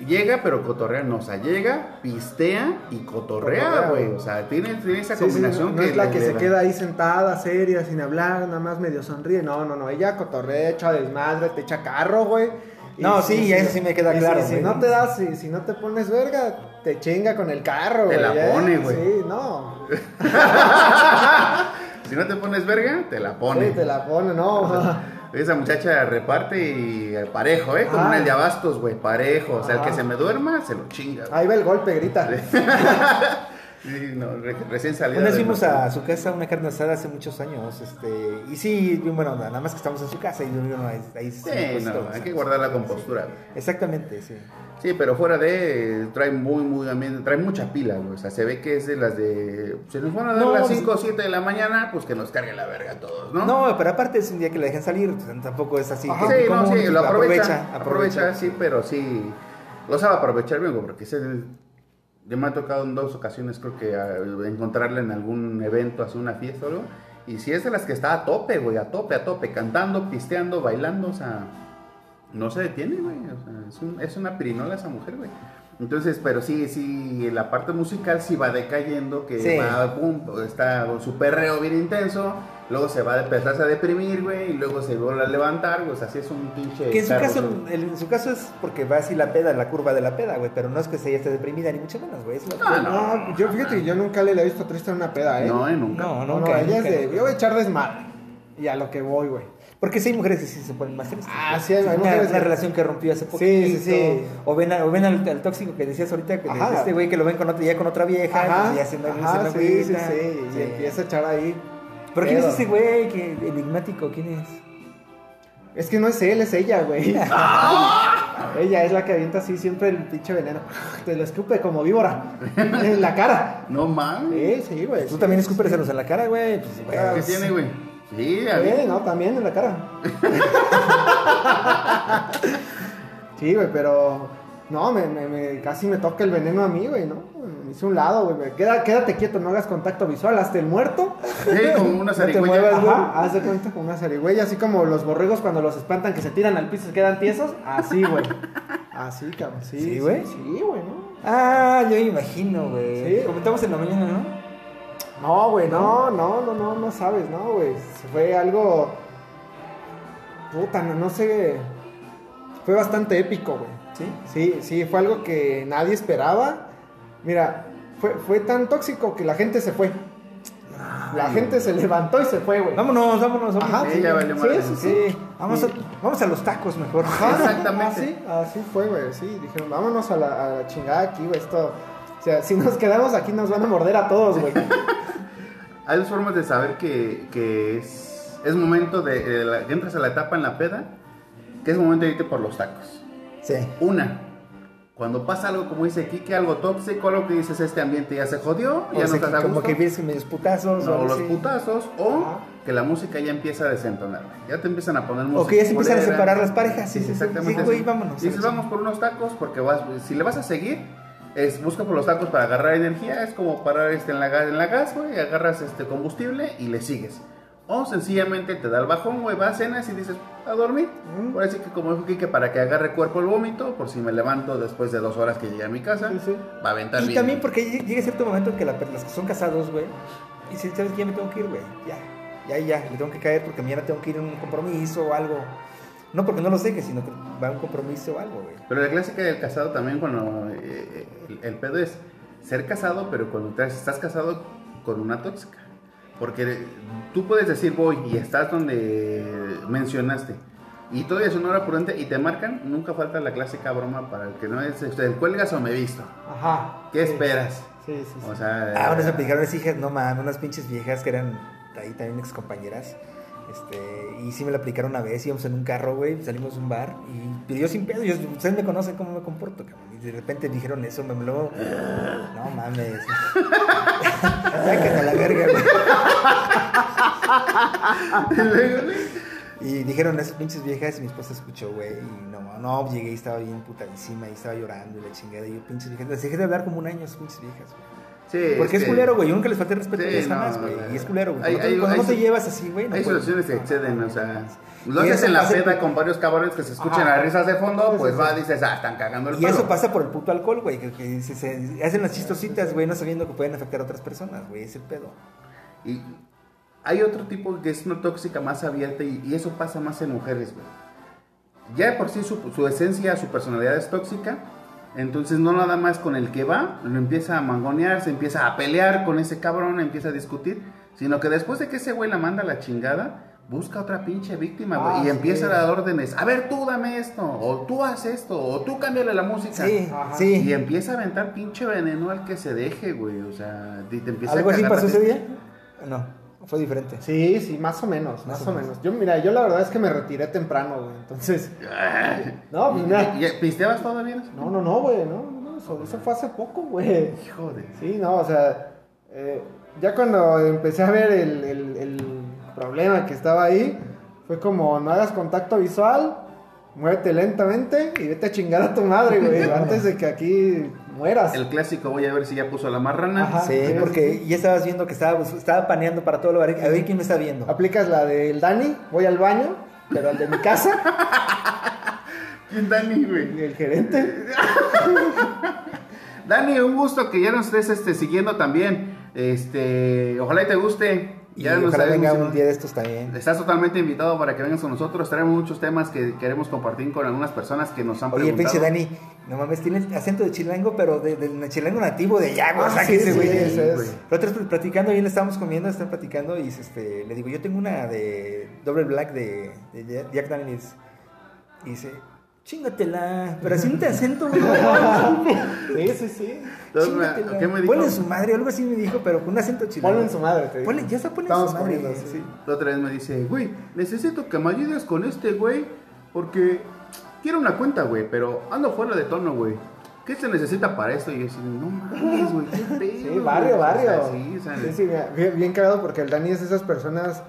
llega, pero cotorrea, no, o sea, llega, pistea y cotorrea,
Cotorrea,
güey.
güey.
O sea, tiene, tiene esa
Sí, sí,
combinación
no es la
le-
que
le
se
da.
queda ahí sentada, seria, sin hablar, nada más medio sonríe. No, no, no. Ella cotorrea, echa desmadre, te echa carro, güey.
No, sí,
y
eso sí me queda
y si-
claro,
Si,
güey.
no te das, si, si no te pones verga, te chinga con el carro,
Te la
¿eh?
pone, güey.
Sí, no.
Si no te pones verga, te la pone.
Sí, te la pone, no.
Esa muchacha reparte y eh, parejo, ¿eh? Como
Ah.
una el de abastos, güey, parejo. O sea, el
Ah.
que se me duerma, se lo chinga. güey.
Ahí va el golpe, grita.
Sí, no, re- recién salida.
Una vez
de-
fuimos a su casa una carne asada hace muchos años, este, y sí, bien buena onda, nada más que estamos en su casa y uno ahí, ahí
Sí,
pues,
no,
todo,
hay que
¿sabes?
guardar la compostura. güey.
Exactamente, sí.
Sí, pero fuera de, eh, trae muy, muy ambiente, trae mucha pila, güey. O sea, se ve que es de las de, se nos van a dar
No,
las
sí.
5 o 7 de la mañana, pues que nos cargue la verga a todos, ¿no?
No, pero aparte es un día que la dejan salir, o sea, tampoco es así.
Ajá.
que-
sí, no,
común,
sí, lo
tipo,
aprovecha, aprovecha, sí, pero sí, lo sabe aprovechar bien, güey, porque se, yo me ha tocado en dos ocasiones, creo que a- encontrarla en algún evento, así una fiesta o algo, y si es de las que está a tope, güey, a tope, a tope, cantando, pisteando, bailando, o sea, no se detiene, güey, o sea, es, un- es una pirinola esa mujer, güey. Entonces, pero sí, sí, la parte musical sí va decayendo, que
Sí.
va, pum, está con su perreo bien intenso, luego se va a empezar a deprimir, güey, y luego se vuelve a levantar, güey, o sea, sí es un pinche...
Que en su,
carro,
caso,
güey.
el- en su caso es porque va así la peda, la curva de la peda, güey, pero no es que se haya esté deprimida, ni mucho menos, güey. es la-
Ah,
No, yo fíjate que yo nunca le he visto triste a una peda, ¿eh?
No, eh, nunca.
No,
no,
no,
no,
nunca,
ella es
nunca,
de,
nunca.
yo voy a echar desmadre. Y a lo que voy, güey.
Porque sí hay mujeres que sí se ponen más tristes.
Ah,
güey.
sí, hay
una,
mujeres
una
que-
relación que rompió hace poco.
sí, sí.
O ven, a- o ven al, al tóxico que decías ahorita, que de-
Ajá.
de este güey que lo ven con otra, ya con otra vieja, pues ya haciendo
ajá, sí, sí, sí, Y empieza a echar ahí.
Pero quién es
pedo.
ese güey que enigmático, quién es?
Es que no es él, es ella, güey. ella es la que avienta así siempre el pinche veneno. Te lo escupe como víbora. en la cara.
No mames.
Sí, sí, güey.
Tú también escúperselos en la cara, güey. Pues, güey,
¿Qué tiene, güey? Sí, a ver.
Sí, no, también en la cara. sí, güey, pero. No, me, me- me- casi me toca el veneno a mí, güey, ¿no? Me hice un lado, güey. me- queda- quédate quieto, no hagas contacto visual hasta el muerto.
Sí, como una
No te
zarigüeya.
muevas, güey.
Ajá, haz de cuenta con una zarigüeya, así como los borregos cuando los espantan que se tiran al piso y quedan tiesos. Así, güey. Así, cabrón. Sí,
¿Sí,
sí,
güey?
Sí, güey, ¿no?
Ah, yo me imagino, güey.
Sí.
Comentamos en la mañana, ¿no?
No, güey, no, no, no, no, no sabes, no, güey. Fue algo. Puta, no, no sé. Fue bastante épico, güey.
Sí.
Sí, sí, fue algo que nadie esperaba. Mira, fue, fue tan tóxico que la gente se fue. La gente se levantó y se fue, güey.
Vámonos, vámonos, vámonos.
Ajá,
Sí, ya valió madre.
sí, sí, sí.
Sí. Vamos, a, vamos a los tacos mejor.
Exactamente.
Así, así fue, güey. Ah, Sí, dijeron, vámonos a la, a la chingada aquí, güey. Esto. O sea, si nos quedamos aquí nos van a morder a todos, güey.
Hay dos formas de saber que, que es, es momento de, eh, la- que entras a la etapa en la peda, que es momento de irte por los tacos.
Sí.
Una, cuando pasa algo como dice Kike, algo tóxico, algo que dices, este ambiente ya se jodió, ya
O
no
sea,
estás
que
a
como
gusto.
que ves medios putazos.
No,
o
los
así.
putazos, o
Ajá.
que la música ya empieza a desentonar. Ya te empiezan a poner música.
O que ya se empiezan a
culera.
separar las parejas, sí, sí, sí.
exactamente.
Sí, güey, vámonos.
Dices, vamos por unos tacos porque vas, si le vas a seguir, es, busca por los tacos para agarrar energía, es como parar este, en, la, ga- en la gas, güey, agarras este combustible y le sigues. O sencillamente te da el bajón, güey, vas a cenas y dices, a dormir. Por así que como dijo Kike, para que agarre cuerpo el vómito, por si me levanto después de dos horas que llegué a mi casa,
Sí, sí.
va a aventar
Y
bien.
también porque lleg- llega cierto momento en que la per- las que son casados, güey, y dicen, ¿sabes qué? Ya me tengo que ir, güey. Ya, ya, ya, me tengo que caer porque mañana tengo que ir a un compromiso o algo. No porque no lo sé, que sino que va a un compromiso o algo, güey.
Pero la clásica del casado también, cuando eh, el, el pedo es ser casado, pero cuando te- estás casado con una tóxica. Porque tú puedes decir voy y estás donde mencionaste. Y todavía es una hora prudente y te marcan, nunca falta la clásica broma para el que no es, este, cuelgas o me visto.
Ajá.
¿Qué
Sí.
esperas?
Sí, sí, sí.
O sea, eh,
Ah, unas me picaron las hijas, no mames, unas pinches viejas que eran ahí también excompañeras. Este, y sí me la aplicaron una vez, íbamos en un carro, güey, salimos a un bar y pidió sin pedo, yo, ustedes me conocen cómo me comporto, cabrón. Y de repente dijeron eso, me lo... No mames. Sácate a la verga, güey. Y dijeron esas pinches viejas y mi esposa escuchó, güey. Y no, no, llegué y estaba bien putadísima y estaba llorando y la chingada. Y yo, pinches viejas, les dejé de hablar como un año, esas pinches viejas, güey.
sí,
Porque es
que
culero, güey. Yo nunca les falté el respeto
Este, Sí,
ya jamás,
no,
güey.
no, no.
Y es culero, güey.
Hay-
Cuando,
hay-
cuando
hay
no te
si-
llevas así, güey. no
Hay
puedes.
situaciones que
No,
exceden,
no,
o sea.
no.
Lo
Y
haces
eso
en la
pasa-
peda con varios cabrones que se escuchan
Ajá.
las risas de fondo,
Sí,
pues
sí,
va,
sí.
dices, ah, están cagando el
Y eso
palo.
pasa por el puto alcohol, güey. Que, que se, se hacen las chistositas, güey, no sabiendo que pueden afectar a otras personas, güey. Es el pedo.
Y hay otro tipo que es una tóxica más abierta y, y eso pasa más en mujeres, güey. Ya de por sí su, su esencia, su personalidad es tóxica, entonces no nada más con el que va, lo empieza a mangonear, se empieza a pelear con ese cabrón, empieza a discutir, sino que después de que ese güey la manda a la chingada, busca otra pinche víctima, güey,
Ah,
y
sí.
empieza a dar órdenes. A ver, tú dame esto, o tú haz esto, o tú cámbiale la música.
Sí,
Ajá.
sí.
Y empieza a aventar pinche veneno al que se deje, güey. O sea, y te empieza
¿Algo
a
así
cagar la
pasó ese
atención.
día? No, fue diferente.
Sí, sí, más o menos, más,
Más o
o menos. Yo, mira, yo la verdad es que me retiré temprano, güey. Entonces. No, pues mira.
¿Y, y- ¿Pisteabas todavía?
No, no, no, güey. No, no, no, eso, eso fue hace poco, güey.
Hijo de...
Sí, no, o sea. eh, ya cuando empecé a ver el, el- el problema que estaba ahí, fue como: no hagas contacto visual, muévete lentamente y vete a chingar a tu madre, güey. antes de que aquí mueras.
El clásico, voy a ver si ya puso la marrana.
Ajá.
Sí,
sí,
porque ya estabas viendo que estaba, bus- estaba paneando para todo lugar. A ver quién me está viendo.
Ah,
Aplicas la del Dani, voy al baño, pero al de mi casa.
¿Quién Dani, güey?
Y El gerente.
Dani, un gusto que ya nos estés este, siguiendo también. Este, ojalá y te guste.
Y
Ya nos
ojalá
sabemos
venga
si no-
un día de estos también.
Estás totalmente invitado para que vengas con nosotros. Traemos muchos temas que queremos compartir con algunas personas que nos han
Oye, pinche
preguntado.
Dani, no mames, tiene el acento de chilango, pero de, del chilango nativo de allá, güey.
Ah,
O sea,
sí,
que ese
sí,
güey
sí,
es-
sí, es.
güey.
La otra vez platicando, bien estábamos comiendo, están platicando y este, le digo, yo tengo una de Double Black de, de Jack- Jack Daniels. Y dice, chingatela, pero así no te acento, güey.
Sí, sí, sí.
Entonces,
Chingatela.
¿qué me dijo?
Ponle en su madre, algo así me dijo, pero con un acento chileno.
Ponlo en su madre, te digo.
Ponle- ya está poniendo
Estamos
su madre.
poniendo, sí.
sí.
La otra vez me dice, güey, necesito que me ayudes con este, güey, porque quiero una cuenta, güey, pero ando fuera de tono, güey. ¿Qué se necesita para esto? Y yo decía, no mames, güey, qué pedo.
Sí,
güey".
barrio,
O sea,
barrio.
sí, o sea,
Sí, sí, mira, bien, bien cagado porque el Dani es esas personas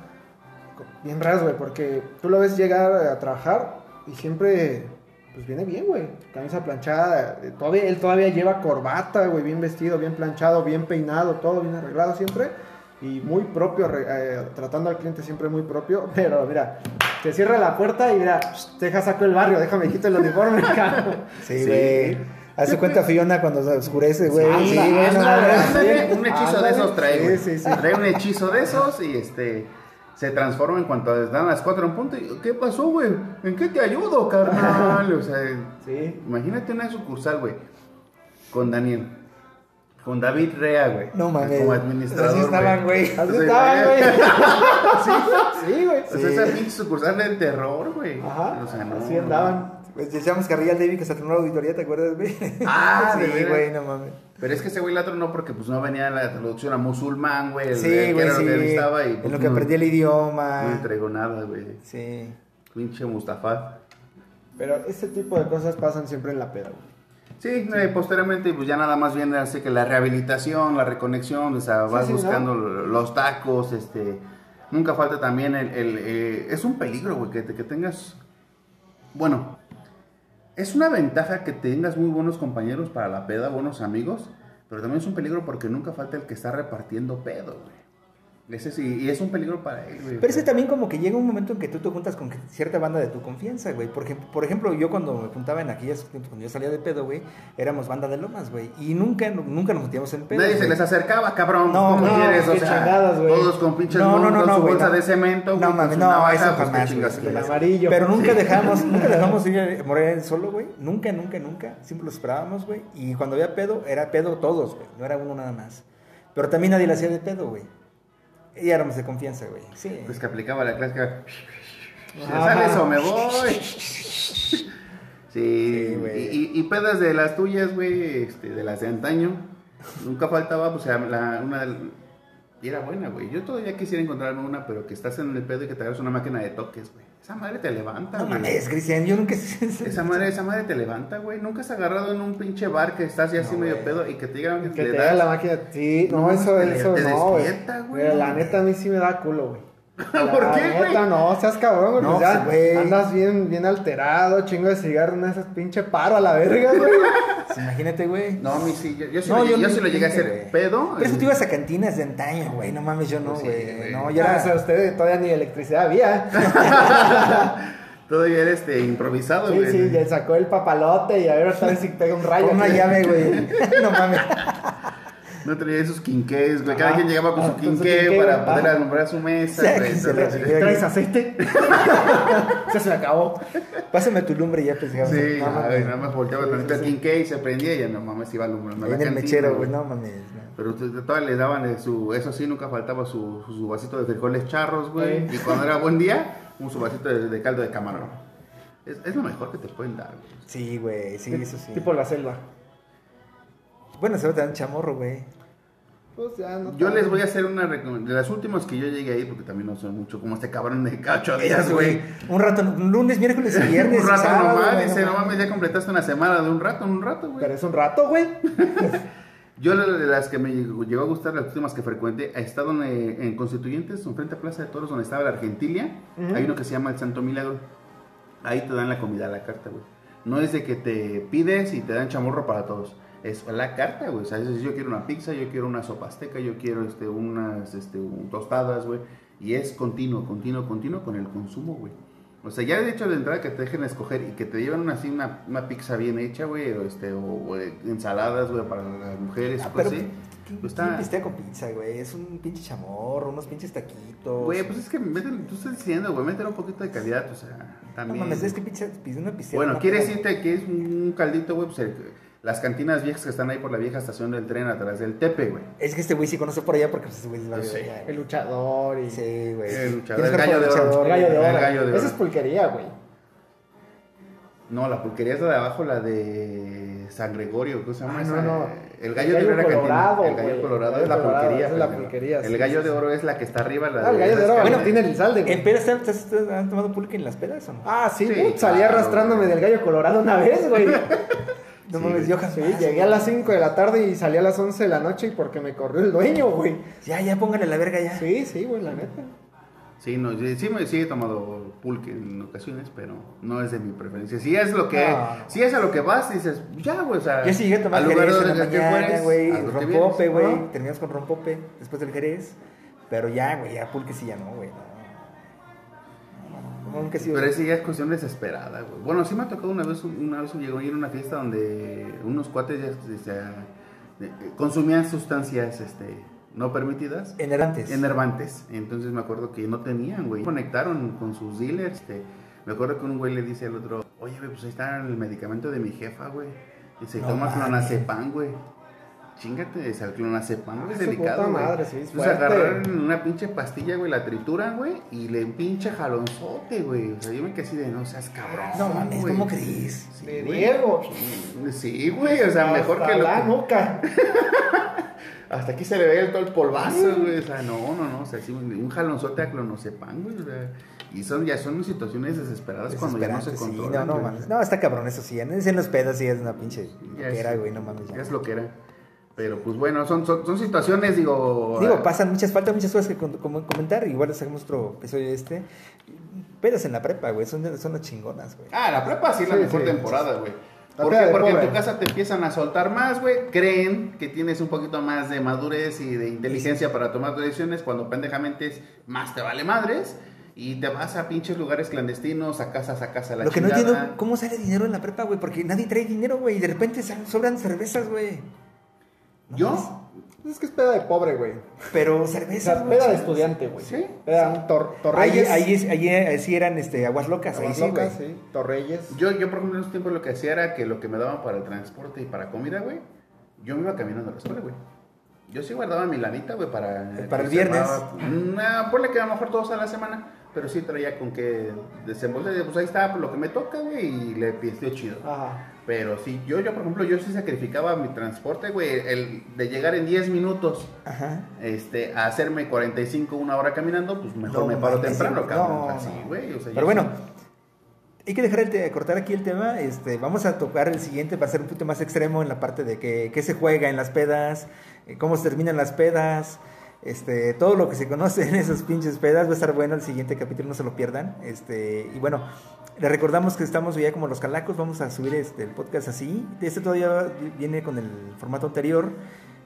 co- bien raras, güey, porque tú lo ves llegar a trabajar y siempre, pues viene bien, güey. Camisa planchada, eh, todavía, él todavía lleva corbata, güey, bien vestido, bien planchado, bien peinado, todo bien arreglado siempre. Y muy propio, re- eh, tratando al cliente siempre muy propio, pero mira, te cierra la puerta y mira, deja saco el barrio, déjame quito el uniforme, cabrón.
Sí,
Sí.
güey. Hace cuenta Fiona cuando se oscurece, güey. Sí,
Ándale,
güey, no
ándale,
mames.
ándale, un hechizo
Ándale.
de esos trae,
Sí,
güey.
sí, sí.
Trae un hechizo de esos y este se transforma en cuanto les dan las cuatro en punto. Y, ¿Qué pasó, güey? ¿En qué te ayudo, carnal? O sea,
Sí.
Imagínate una sucursal, güey. Con Daniel. Con David Rea, güey.
No mames.
Como administrador.
Así estaban, güey.
Así
Sí,
estaban,
güey.
güey. Sí, sí, güey.
O sea, esa pinche sucursal del terror, güey.
Ajá.
O sea, no.
así andaban.
Pues le echamos carrilla al David que se tronó la auditoría, ¿te acuerdas, güey?
Ah, de
sí,
veras.
güey, no mames.
Pero es que ese güey la no porque pues no venía la traducción a musulmán, güey. el- el
Sí,
que
güey,
era lo
sí.
que entrevistaba y,
en
pues,
lo que
no-
aprendí el idioma.
No entregó nada, güey.
sí.
Pinche Mustafa.
Pero este tipo de cosas pasan siempre en la peda, güey.
Sí, eh, posteriormente pues ya nada más viene así que la rehabilitación, la reconexión, o sea, vas
sí, ¿no?
buscando lo- los tacos, este, nunca falta también el, el, eh, es un peligro, güey, que, te- que tengas, bueno, es una ventaja que tengas muy buenos compañeros para la peda, buenos amigos, pero también es un peligro porque nunca falta el que está repartiendo pedo, güey. Ese sí, y es un peligro para él, güey.
Pero es que también como que llega un momento en que tú te juntas con cierta banda de tu confianza, güey. Porque, por ejemplo, yo cuando me juntaba en aquellas, cuando yo salía de pedo, güey, éramos banda de lomas, güey. Y nunca, nunca nos metíamos en pedo.
Nadie se les acercaba, cabrón.
No,
¿Cómo
no,
quieres? O
qué
sea,
chingadas, güey.
todos con pinches
No, no,
monos,
no,
con
no,
su
güey,
bolsa
no.
de cemento,
No,
güey, con
mames,
su
no,
navaja,
eso
pues, qué
jamás,
chingas
güey,
El
quieres.
amarillo.
Pero nunca dejamos, nunca dejamos ir a Morena solo, güey. Nunca, nunca, nunca. Siempre lo esperábamos, güey. Y cuando había pedo, era pedo todos, güey. No era uno nada más. Pero también nadie le hacía de pedo, güey. Y éramos de confianza, güey. Sí.
Pues que aplicaba la clásica.
Ajá.
¿Sales o me voy?
Sí,
Sí,
güey.
y, y- y pedas de las tuyas, güey, este, de las de antaño. Nunca faltaba, pues, la- la- una del- Y era buena, güey. Yo todavía quisiera encontrarme una, pero que estás en el pedo y que te hagas una máquina de toques, güey. Esa madre te levanta,
No
güey.
mames, Cristian, yo nunca.
Esa madre, esa madre te levanta, güey. Nunca has agarrado en un pinche bar que estás ya así
No,
medio
güey.
pedo y que te digan
Que
le
te
das.
da la máquina. Sí, no,
No,
eso,
te-
eso
te
no, güey.
despierta, güey.
Mira, La neta a mí sí me da culo, güey.
¿Por
La
qué,
neta,
güey?
no, seas cabrón, güey.
No,
pues ya
sí, güey.
andas bien, bien alterado, chingo de cigarro, una de esas pinche paro a la verga, güey.
Pues imagínate, güey.
No, a mí sí. Yo, yo sí,
No,
lo, yo
no
sí lo llegué a
nunca,
hacer
güey.
pedo.
Pero eso
eh,
tú ibas a cantinas de antaño, güey. No mames, yo no,
Sí,
güey.
güey. Ah,
no, yo
Ya,
era.
o sea, ustedes todavía ni electricidad había.
Todavía era este, improvisado,
Sí,
güey.
sí, le sacó el papalote y a ver, tal vez si pega un rayo.
Con una
aquí.
llave, güey. no mames.
No traía esos quinqués, güey. Cada
Ajá.
quien llegaba con
Ah,
su
con su
quinqué
quinqué,
para
ajá.
poder alumbrar su mesa.
Sí,
güey.
que se
Entonces,
le-
¿Traes aceite? ya se me acabó.
Pásame tu lumbre ya, pues. digamos.
Sí,
No,
ay,
mames.
nada más volteaba
Sí,
tantito
sí,
el
sí.
quinqué y se prendía y ya no mames iba alumbrando la
En el
cantina,
mechero, güey, no mames. no.
Pero ustedes todavía les daban el- su, eso sí, nunca faltaba su, su vasito de frijoles charros, güey.
Sí.
Y cuando era buen día, un su vasito de, de caldo de camarón. Es, es lo mejor que te pueden dar. güey.
Sí, güey, sí, eso sí.
Tipo la selva.
Bueno, se va tan chamorro, güey.
Pues ya no.
Yo
tan-
les voy a hacer una recomendación. De las últimas que yo llegué ahí, porque también no son mucho, como este cabrón de cada ocho días, güey.
Un rato, un lunes, miércoles y viernes.
Un rato
sábado,
nomás,
güey,
dice, no
mames.
mames, ya completaste una semana de un rato, un rato, güey.
Pero es un rato, güey.
Yo la- de las que me llegó llegó a gustar, las últimas que frecuenté, está donde, en Constituyentes, enfrente a Plaza de Toros, donde estaba la Argentilia, hay uno que se llama el Santo Milagro. Ahí te dan la comida a la carta, güey. No es de que te pides y te dan chamorro para todos. Es a la carta, güey. O sea, es decir, yo quiero una pizza, yo quiero una sopa azteca, yo quiero este, unas este, un- tostadas, güey. Y es continuo, continuo, continuo con el consumo, güey. O sea, ya de hecho de entrada que te dejen escoger y que te llevan una, así una, una pizza bien hecha, güey, o, este, o, o, eh, ensaladas, güey, para las mujeres,
Ah,
o
pero
cosas así.
¿quién-
Pues
¿Quién
está-
pistea con pizza, güey? Es un pinche chamorro, unos pinches taquitos.
Güey, pues es que métele- tú estás diciendo, güey, métele un poquito de calidad, o sea,
No
también.
mames, es que pizza, pizza una pizza.
Bueno, quiere decirte que es un caldito, güey, pues el- las cantinas viejas que están ahí por la vieja estación del tren atrás del Tepe, güey.
Es que este güey sí conoce por allá porque pues, ese güey es la
Yo sé.
vida.
El luchador y.
Sí, güey.
El luchador,
Tienes
el
cuerpo
gallo de oro.
El gallo de
El
oro.
gallo de
Esa
oro.
es pulquería, güey.
No, la pulquería es la de abajo, la de San Gregorio, ¿cómo se llama
Ah,
esa?
no, no.
El gallo de
El gallo
oro era cantina.
colorado,
El gallo
güey.
colorado
El
es la
gallo colorado,
pulquería.
esa es la
pendejo.
pulquería, sí,
El gallo
sí,
de
sí.
oro es la que está arriba, la
Ah, el gallo de oro,
esas
bueno,
cantinas.
tiene el salde,
¿En
güey.
pedo están, estás, estás- han tomado pulque en las pedas o no?
Ah, sí,
Sí,
güey, salí
claro,
arrastrándome
güey.
del gallo colorado una vez, güey.
No
sí,
mames,
güey.
yo jamás.
Sí, llegué a las 5 de la tarde y salí a las 11 de la noche y porque me corrió el dueño, güey.
Ya, ya, póngale la verga ya.
Sí, sí, güey, la neta.
Sí, no, sí, sí, me- sí he tomado pulque en ocasiones, pero no es de mi preferencia. Si es lo que,
Ah.
si es a lo que vas, dices, ya, güey, o sea.
Yo sí llegué a tomar
al lugar
Jerez en
donde
la
que
mañana,
fueres,
güey.
a lo que
Rompope,
vienes,
güey.
¿no?
Terminamos con rompope después del Jerez. Pero ya, güey, ya pulque sí ya no, güey. no. No, Nunca he sido.
Pero esa ya es cuestión desesperada, güey. Bueno, sí me ha tocado una vez, una vez llegó a ir a una fiesta donde unos cuates ya, se- se- eh, consumían sustancias este, no permitidas.
Enervantes.
Enervantes. Entonces me acuerdo que no tenían, güey. Conectaron con sus dealers. este, Me acuerdo que un güey le dice al otro, oye, güey, pues ahí está el medicamento de mi jefa, güey. Dice,
No
toma
mames.
clonazepam, güey. Chingate, es el clonazepam, güey, es
Ah, su
delicado,
puta
güey.
madre, sí, es
Entonces
fuerte.
agarraron una pinche pastilla, güey, la trituran, güey, y le pinche jalonzote, güey. O sea, yo me quedé así de, no seas cabrón,
No mames,
güey".
¿cómo crees?
Sí,
De
güey.
Diego.
Sí, güey, o sea, mejor
Hasta
que lo...
la nuca.
Hasta aquí se le ve el- todo el polvazo,
Mm.
güey. O sea, no, no, no. O sea, sí, un un jalonzote a clonazepam, güey. o sea, y son, ya son situaciones desesperadas cuando ya no se
Desesperante, sí,
controla.
no, no mames. No, está cabrón, eso sí. En en los pedas sí es una pinche
Ya es-
loquera, güey, no mames. ya.
Ya es lo que era. Pero pues bueno, son, son, son situaciones, digo.
Digo, pasan muchas, faltan muchas cosas que con- como comentar. Igual les hacemos otro episodio de este. Pedas en la prepa, güey, son, de- son las chingonas, güey.
Ah, la prepa sí es la
Sí,
mejor
sí.
temporada, güey.
La
¿Por
peda
qué?
de
Porque en tu
pobre.
casa te empiezan a soltar más, güey. Creen que tienes un poquito más de madurez y de inteligencia para tomar tus decisiones cuando pendejamente es más te vale madres. Y te vas a pinches lugares clandestinos, a casas, a casa, a la
Lo que no
chingada.
entiendo, ¿cómo sale dinero en la prepa, güey? Porque nadie trae dinero, güey. Y de repente sal- sobran cervezas, güey. ¿No mames?
¿Yo?
Es que es peda de pobre, güey.
Pero
O
cervezas,
sea,
güey.
peda de estudiante, güey.
Sí.
Peda un tor
Ahí,
torreyes.
ahí, es- ahí, eh, sí eran este, aguas locas, ahí
Aguas
sí, güey.
Locas, sí. Torreyes.
Yo, yo, por ejemplo, en esos tiempos lo que hacía era que lo que me daban para el transporte y para comida, güey, yo me iba caminando a la escuela, güey. Yo sí guardaba mi lanita, güey, para...
Para el
conservar- pues, Nah, ponle que a lo mejor todos a la semana, pero sí traía con que desembolsar. y, Pues ahí estaba pues, lo que me toca, güey, y le pisteó chido.
Ajá.
Pero sí, yo, yo, por ejemplo, yo sí sacrificaba mi transporte, güey, el de llegar en 10 minutos
Ajá.
este, a hacerme 45, una hora caminando, pues mejor
No,
me paro
mames,
temprano,
no,
cabrón.
no.
Así, güey, o sea, yo
Pero bueno,
sí-
hay que dejar el te- cortar aquí el tema. Este, vamos a tocar el siguiente para ser un poquito más extremo en la parte de que- qué se juega en las pedas, eh, cómo se terminan las pedas, este, todo lo que se conoce en esas pinches pedas. Va a estar bueno el siguiente capítulo, no se lo pierdan. Este, y bueno, les recordamos que estamos ya como los calacos, vamos a subir este, el podcast así. Este todavía viene con el formato anterior.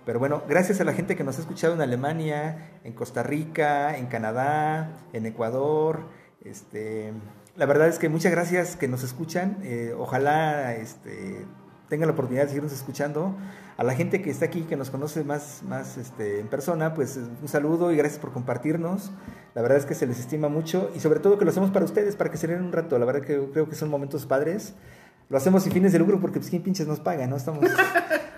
Pero bueno, gracias a la gente que nos ha escuchado en Alemania, en Costa Rica, en Canadá, en Ecuador, este, la verdad es que muchas gracias que nos escuchan. eh, ojalá este, tengan la oportunidad de seguirnos escuchando. A la gente que está aquí, que nos conoce más, más este, en persona, pues un saludo y gracias por compartirnos. La verdad es que se les estima mucho y sobre todo que lo hacemos para ustedes, para que se den un rato. La verdad que creo que son momentos padres. Lo hacemos sin fines de lucro porque pues quién pinches nos paga, ¿no? Estamos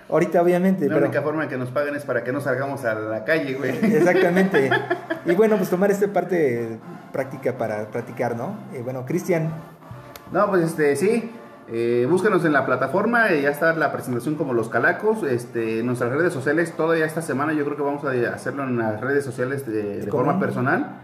ahorita obviamente.
La
pero-
única forma en que nos paguen es para que no salgamos a la calle, güey.
Exactamente. Y bueno, pues tomar esta parte práctica para practicar, ¿no? Eh, bueno, Cristian,
No, pues este, sí. eh, búsquenos en la plataforma, eh, ya está la presentación como los calacos. Este, en nuestras redes sociales, todavía esta semana yo creo que vamos a eh, hacerlo en las redes sociales de, de
común.
forma personal.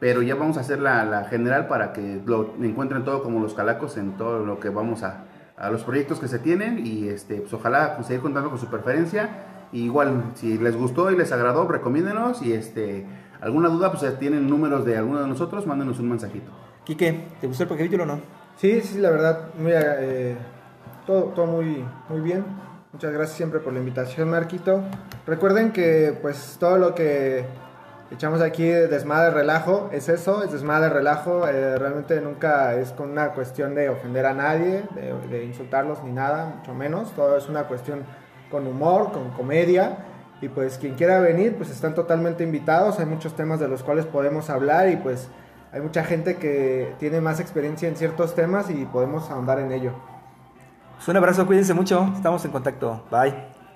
Pero ya vamos a hacer la, la general para que lo encuentren todo como los calacos en todo lo que vamos a, a los proyectos que se tienen. Y este, pues ojalá pues, seguir contando con su preferencia. Y igual, si les gustó y les agradó, recomiéndenos. Y este, alguna duda, pues eh, tienen números de alguno de nosotros, mándenos un mensajito.
Quique, ¿te gustó el capítulo o no?
Sí, sí, la verdad, muy, eh, todo, todo muy, muy bien. Muchas gracias siempre por la invitación, Marquito. Recuerden que pues todo lo que echamos aquí de desmadre, relajo, es eso, es desmadre, relajo. Eh, realmente nunca es con una cuestión de ofender a nadie, de, de insultarlos ni nada, mucho menos. Todo es una cuestión con humor, con comedia. Y pues quien quiera venir, pues están totalmente invitados. Hay muchos temas de los cuales podemos hablar y pues hay mucha gente que tiene más experiencia en ciertos temas y podemos ahondar en ello.
Pues un abrazo, cuídense mucho, estamos en contacto. Bye.